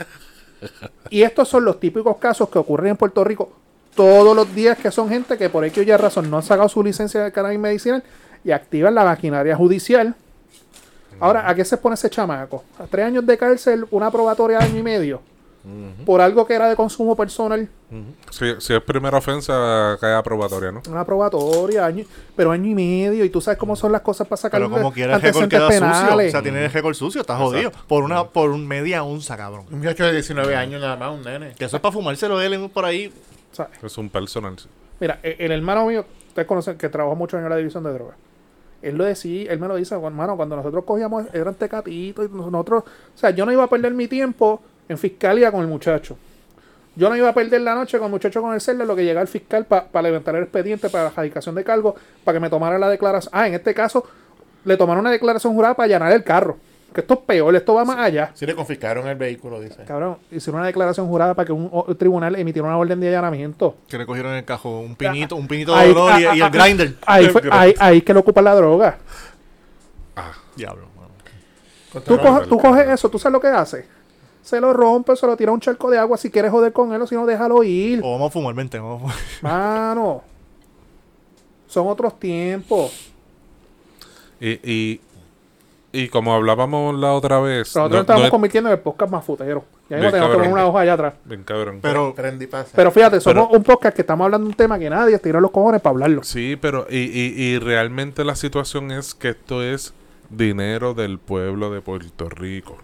Y estos son los típicos casos que ocurren en Puerto Rico todos los días, que son gente que por X o Y razón no han sacado su licencia de cannabis medicinal y activan la maquinaria judicial. Ahora, ¿a qué se pone ese chamaco? A tres años de cárcel, una probatoria de año y medio, por algo que era de consumo personal.
Si, si es primera ofensa, cae a probatoria, ¿no?
Una probatoria, año, pero año y medio, y tú sabes cómo son las cosas para sacar
Pero como quiera el récord
antecedentes
queda sucio. O
penales.
sea, tiene el récord sucio, está jodido. Por una, por un media onza, cabrón.
Un muchacho de 19 años nada más, un nene.
Que eso es para fumárselo de él en- por ahí.
O sea,
Es un personal.
mira, e- el hermano mío, ustedes conocen, que trabajó muchos años en la división de drogas. Él lo decía, él me lo dice, "Bueno, hermano, cuando nosotros cogíamos, eran tecatitos, y nosotros, o sea, yo no iba a perder mi tiempo en fiscalía con el muchacho. Yo no iba a perder la noche con el muchacho con el celda, lo que llega el fiscal para levantar el expediente, para la adjudicación de cargo, para que me tomara la declaración. Ah, en este caso, le tomaron una declaración jurada para allanar el carro. Que esto es peor, esto va más allá.
Sí le confiscaron el vehículo, dice.
Cabrón, hicieron una declaración jurada para que un o- tribunal emitiera una orden de allanamiento.
Que le cogieron en el cajón un pinito, un pinito de
Ahí-
dolor y,
ah,
y
ah,
el grinder.
Ahí, fue- ahí, ahí que le ocupa la droga.
Diablo, mano.
Tú,
Contra-
coge- tú coges eso, tú sabes lo que hace. Se lo rompe, se lo tira a un charco de agua si quieres joder con él o si no, déjalo
Oh.
ir.
O vamos a fumar, vente, vamos a fumar.
Mano, son otros tiempos.
Y, y, y como hablábamos la otra vez.
Nosotros
no-
nos estamos
no es-
convirtiendo en el podcast más futero. Ya mismo tenemos
Bien,
que poner
cabrón.
una hoja allá atrás.
Bien cabrón.
Pero
Prende y pasa.
Pero fíjate, somos un podcast que estamos hablando de un tema que nadie tira los cojones para hablarlo.
Sí, pero y, y, y realmente la situación es que esto es dinero del pueblo de Puerto Rico.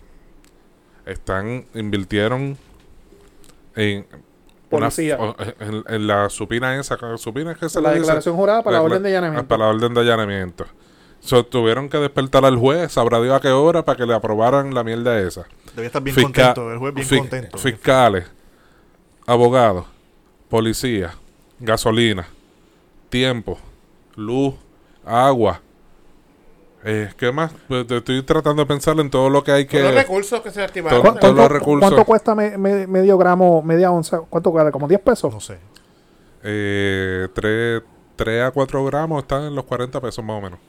Están, invirtieron en Una-
Policía.
o- en, en la supina esa, supina es que se
la
le dice?
declaración jurada para la,
Decla-
orden de
Ah,
allanamiento.
Para la orden de allanamiento. So, tuvieron que despertar al juez, sabrá Dios a qué hora, para que le aprobaran la mierda esa.
Debía estar bien
Fisca-
contento, el juez bien
fi-
contento.
Fiscales, abogados, policía, gasolina, tiempo, luz, agua. Eh, ¿Qué más? Pues, te Estoy tratando de pensar en todo lo que hay que...
eh,
Todos los recursos que se activaron.
Todo-
¿Cu-
todos
¿Cuánto,
los recursos.
cuánto cuesta me- me- medio gramo, media onza? ¿Cuánto vale? ¿Como 10 pesos?
No sé.
Eh, 3, a 4 gramos están en los 40 pesos más o menos.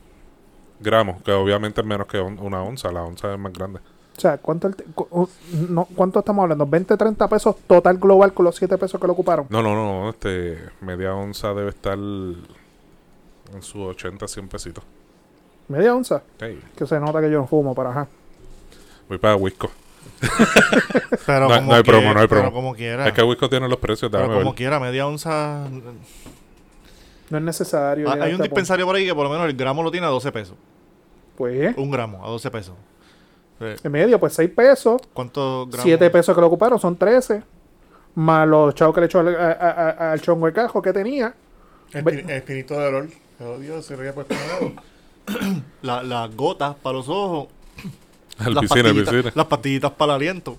Gramos, que obviamente es menos que on- una onza, la onza es más grande.
O sea, ¿cuánto, el te- cu- u- no, ¿cuánto estamos hablando? ¿20, 30 pesos total global con los 7 pesos que lo ocuparon?
No, no, no, este, media onza debe estar en sus 80, 100 pesitos.
Media onza.
Ey,
Que se nota que yo no fumo, para ajá.
voy para Wisco.
Pero
No-
como
no hay promo,
quiera-
no hay promo.
Pero como quiera.
Es que Wisco tiene los precios,
Ah. pero
déjame
como
ver.
quiera, media onza.
No es necesario.
Ah,
llegar
hay
a
un
este punto.
dispensario por ahí que por lo menos el gramo lo tiene a 12 pesos.
Pues,
Un gramo a 12 pesos. Eh,
en medio, pues 6 pesos.
¿Cuántos gramos?
7 pesos que lo ocuparon son 13. Más los chavos que le echó al, a- a- a- al chongo el cajo que tenía.
El,
Ve-
pin- el pinito de dolor. Oh, Dios, se lo había puesto nuevo.
La- las gotas para los ojos.
El
las,
piscina, el
pastillitas,
piscina.
las pastillitas para el aliento.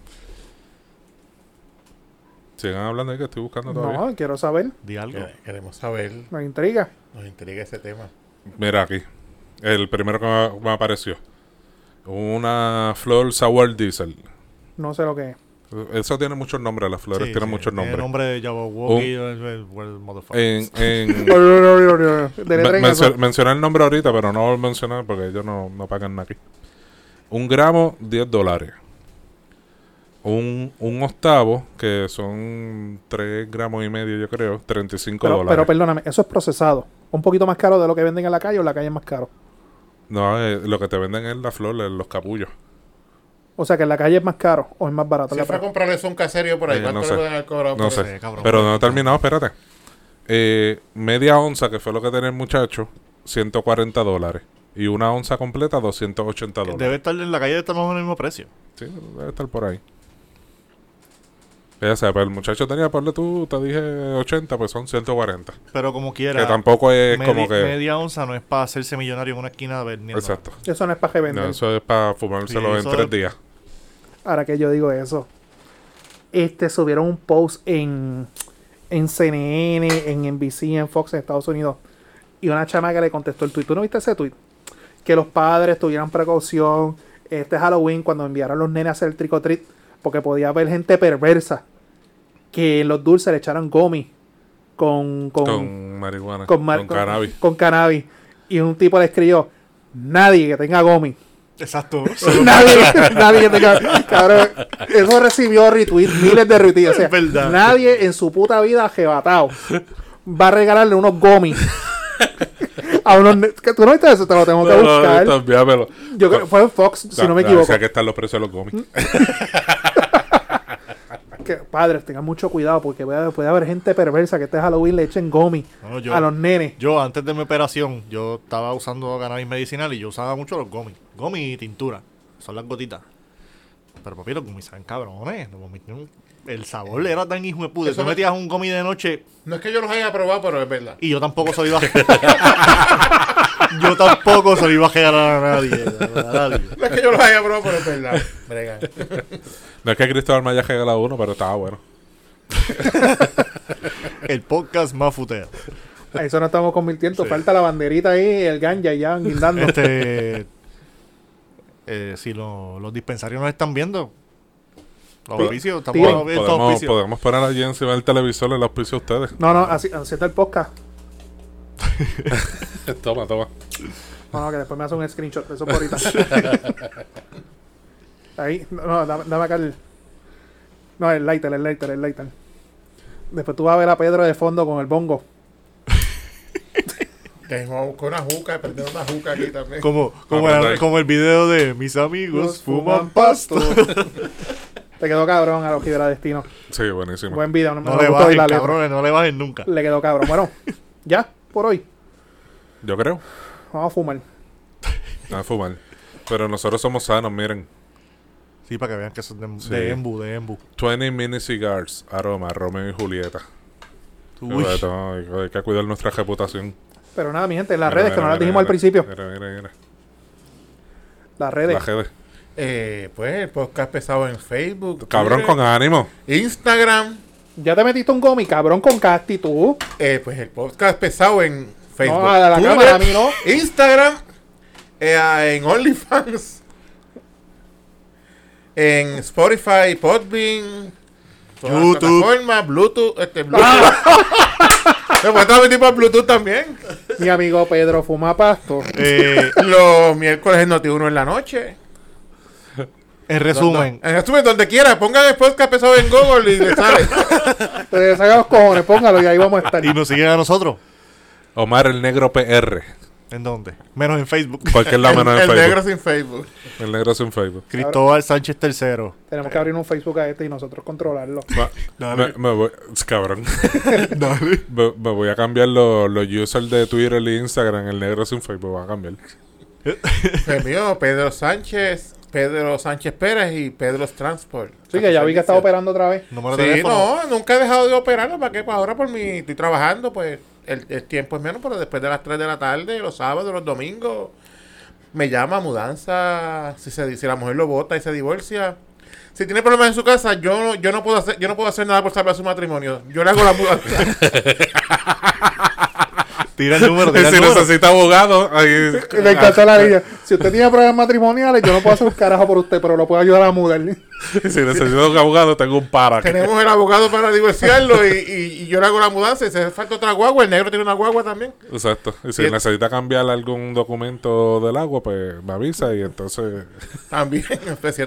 Sigan hablando ahí que estoy buscando todavía.
No, quiero saber.
Di algo.
Eh,
Que- Queremos saber.
Me intriga.
Nos intriga ese tema.
Mira aquí. El primero que me- me apareció. Una flor sour diesel.
No sé lo que es.
Eso tiene muchos nombres, las flores
Sí,
tienen
sí,
muchos nombres.
Tiene nombre de Jabberwocky, eh, eh, well, motherfucker.
En, en- Men-
Deletrean eso.
mencio- mencionar el nombre ahorita, pero no lo mencionar porque ellos no, no pagan nada aquí. Un gramo, 10 dólares. Un, un octavo, que son 3 gramos y medio, yo creo, 35
Pero,
dólares.
pero perdóname, eso es procesado. Un poquito más caro de lo que venden en la calle o en la calle es más caro.
no, eh, lo que te venden es la flor, eh, los capullos.
O sea que en la calle es más caro o es más barato.
Si
La
fue a
pre-
comprarle eso a un casero por ahí,
Eh,
¿cuánto
no
le
sé.
pueden haber cobrado?
No
por
sé.
eso?
ese, cabrón.
pero no he terminado, espérate. Eh, media onza, que fue lo que tenía el muchacho, 140 dólares. Y una onza completa, 280
Que
dólares.
Debe estar en la calle, está más o menos el mismo precio.
Sí, debe estar por ahí. Ya sea, pero el muchacho tenía, ponle tú, te dije 80, pues son 140.
Pero como quiera.
que tampoco es
medi-
como que...
Media onza no es para hacerse millonario en una esquina vendiendo.
exacto.
Eso no es para que
No,
venden.
eso es para fumárselo
Sí,
en
eso
tres
es-
días.
Ahora que yo digo eso. Este subieron un post en, en CNN, en NBC, en Fox en Estados Unidos. Y una chama que le contestó el tweet. ¿Tú no viste ese tweet? Que los padres tuvieran precaución. Este Halloween, cuando enviaron a los nenes a hacer el trick or treat, porque podía haber gente perversa. Que en los dulces le echaron gomi con, con,
Con marihuana. Con,
con, mar- con-
cannabis.
con cannabis. Y un tipo le escribió: Nadie que tenga gomi.
Exacto.
nadie, nadie que tenga. Cabrón, eso recibió retweet, miles de retweets. O sea,
Es verdad.
nadie en su puta vida jebatao va a regalarle unos gomis. A unos ne- que ¿Tú no viste eso? Te lo tengo que
No, no,
buscar.
esto, envíamelo.
Yo creo que fue en Fox, si no me
La- la-
equivoco. Mm.
decía que están los precios de los gomis.
Que, padres, tengan mucho cuidado porque puede, puede haber gente perversa que este Halloween le echen gomi
No, yo-
a los nenes.
Yo, antes de mi operación, yo estaba usando cannabis medicinal y yo usaba mucho los gomis. Gomis y tintura. Son las gotitas. Pero papi, los gomis saben cabrones. Los gomis tienen un- el sabor era tan hijo de puta.
Eso
Tú
me-
metías un gomi de noche
No es que yo los haya probado, pero es verdad.
y yo tampoco se lo iba a... yo tampoco se lo iba a regalar a nadie. A nadie.
No es que yo los haya probado, pero es verdad. Bregan.
No es que Cristóbal me haya regalado uno, pero estaba bueno.
El podcast más futeo.
A eso nos estamos convirtiendo. Falta la banderita ahí, el ganja y ya guindando.
Este, eh, si lo- los dispensarios nos están viendo, los
Pi-
oficios, estamos
Tiren.
abiertos a
Podemos,
auspicios.
podemos poner allí encima del televisor el auspicio a ustedes.
No, no, así, así está el podcast.
toma, toma.
No, no, que después me hace un screenshot de eso por ahorita. Ahí, no, no, dame, dame acá el. No, el lighter, el lighter, el lighter. Después tú vas a ver a Pedro de fondo con el bongo.
Tenemos buscar una juca, perder una juca aquí también.
Como, como,
Ah,
el-
verdad.
como el video de mis amigos fuman pasto.
Te quedó cabrón a los Destino.
Sí, buenísimo.
Buen video, no, me
No le
me gustó
bajen,
la letra.
cabrones, no le bajen nunca.
Le quedó cabrón. Bueno, ya, por hoy.
Yo creo.
Vamos a fumar.
A fumar. Pero nosotros somos sanos, miren.
Sí, para que vean que eso es de,
Sí.
de embu, de embu.
20 mini cigars, aroma, Romeo y Julieta.
Uy.
Pero no, hay, hay que cuidar nuestra reputación.
Pero nada, mi gente, las
Mira,
redes, que
mira,
no las
mira,
dijimos al
mira,
principio.
Mira, mira, mira.
Las
La
redes.
redes.
Eh, pues el podcast pesado en Facebook.
Cabrón
Twitter,
con ánimo.
Instagram.
Ya te metiste un gomi, cabrón, con casti tú.
Eh, pues el podcast pesado en Facebook.
a la
Twitter,
cámara, a mí no.
Instagram. eh, en OnlyFans. En Spotify, Podbean. todas las
YouTube.
plataformas, Bluetooth. Este, Bluetooth.
Ah.
Me falta meter para Bluetooth también.
Mi amigo Pedro fuma pasto.
Eh,
Los miércoles en Noti1 en la noche.
en resumen,
En resumen, donde quiera, pongan el podcast pesado en Google y le sale.
Te saca los cojones, póngalo y ahí vamos a estar.
y nos siguen a nosotros.
Omar el negro PR.
¿En dónde? Menos en Facebook.
Cualquier lado menos en
el
Facebook.
negro sin Facebook.
El negro sin Facebook.
Cristóbal Sánchez III.
Tenemos que abrir un Facebook a este y nosotros controlarlo.
Va,
Dale.
Me, me voy, cabrón. Me, me voy a cambiar los los users de Twitter y Instagram. El negro sin Facebook va a cambiar.
El mío, Pedro Sánchez, Pedro Sánchez Pérez y Pedro Transport.
Sí, que ya vi que está operando otra vez.
Número de
Sí,
teléfono.
no, nunca he dejado de operar, ¿para qué? Pues ahora por mi, estoy trabajando, pues el, el tiempo es menos, pero después de las 3 de la tarde, los sábados, los domingos, me llama mudanza, si se si la mujer lo vota y se divorcia. Si tiene problemas en su casa, yo no, yo no puedo hacer, yo no puedo hacer nada por salvar su matrimonio. Yo le hago la mudanza.
Tira el número, tira el
si
número.
necesita abogado, ahí.
Le encantó la línea. Si usted tiene problemas matrimoniales, yo no puedo hacer un carajo por usted, pero lo puedo ayudar a mudar.
ah, Si necesito un abogado, tengo un para.
Tenemos el abogado para divorciarlo y, y- y yo le hago la mudanza y se hace falta otra guagua, el negro tiene una guagua también.
Exacto. Y si
Y-
necesita cambiar algún documento del agua, pues me avisa y entonces.
También, este,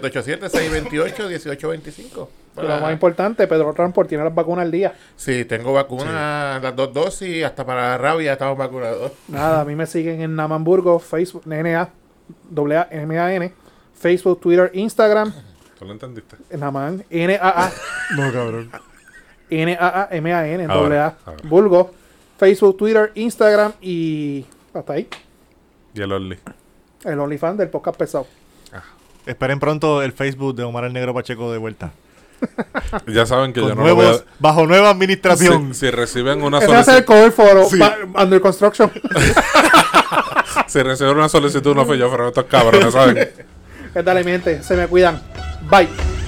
787-628-1825.
Pero lo más importante, Pedro Transport tiene las vacunas al día.
Sí, tengo vacunas, las dos dosis, hasta para la rabia estamos vacunados.
Nada, a mí me siguen en Namamburgo, Facebook, NA, AA, MAN, Facebook, Twitter, Instagram,
¿Tú lo entendiste?
Naman, NAA,
No, cabrón.
NAA, MAN,
Ahora,
AA,
ahora.
Burgo, Facebook, Twitter, Instagram y hasta ahí.
Y el Orly.
El OnlyFans del podcast pesado.
Esperen pronto el Facebook de Omar el Negro Pacheco de vuelta.
Ya saben que yo
Con
no lo voy
nuevos,
a.
bajo nueva
Si,
administración.
si reciben una
Ese va a ser el
solicitud,
cover foro,
Ah, Sí.
ba- Under Construction.
si reciben una solicitud, no fui yo, pero estos cabrones, ¿saben?
Dale, mi gente, se me cuidan. Bye.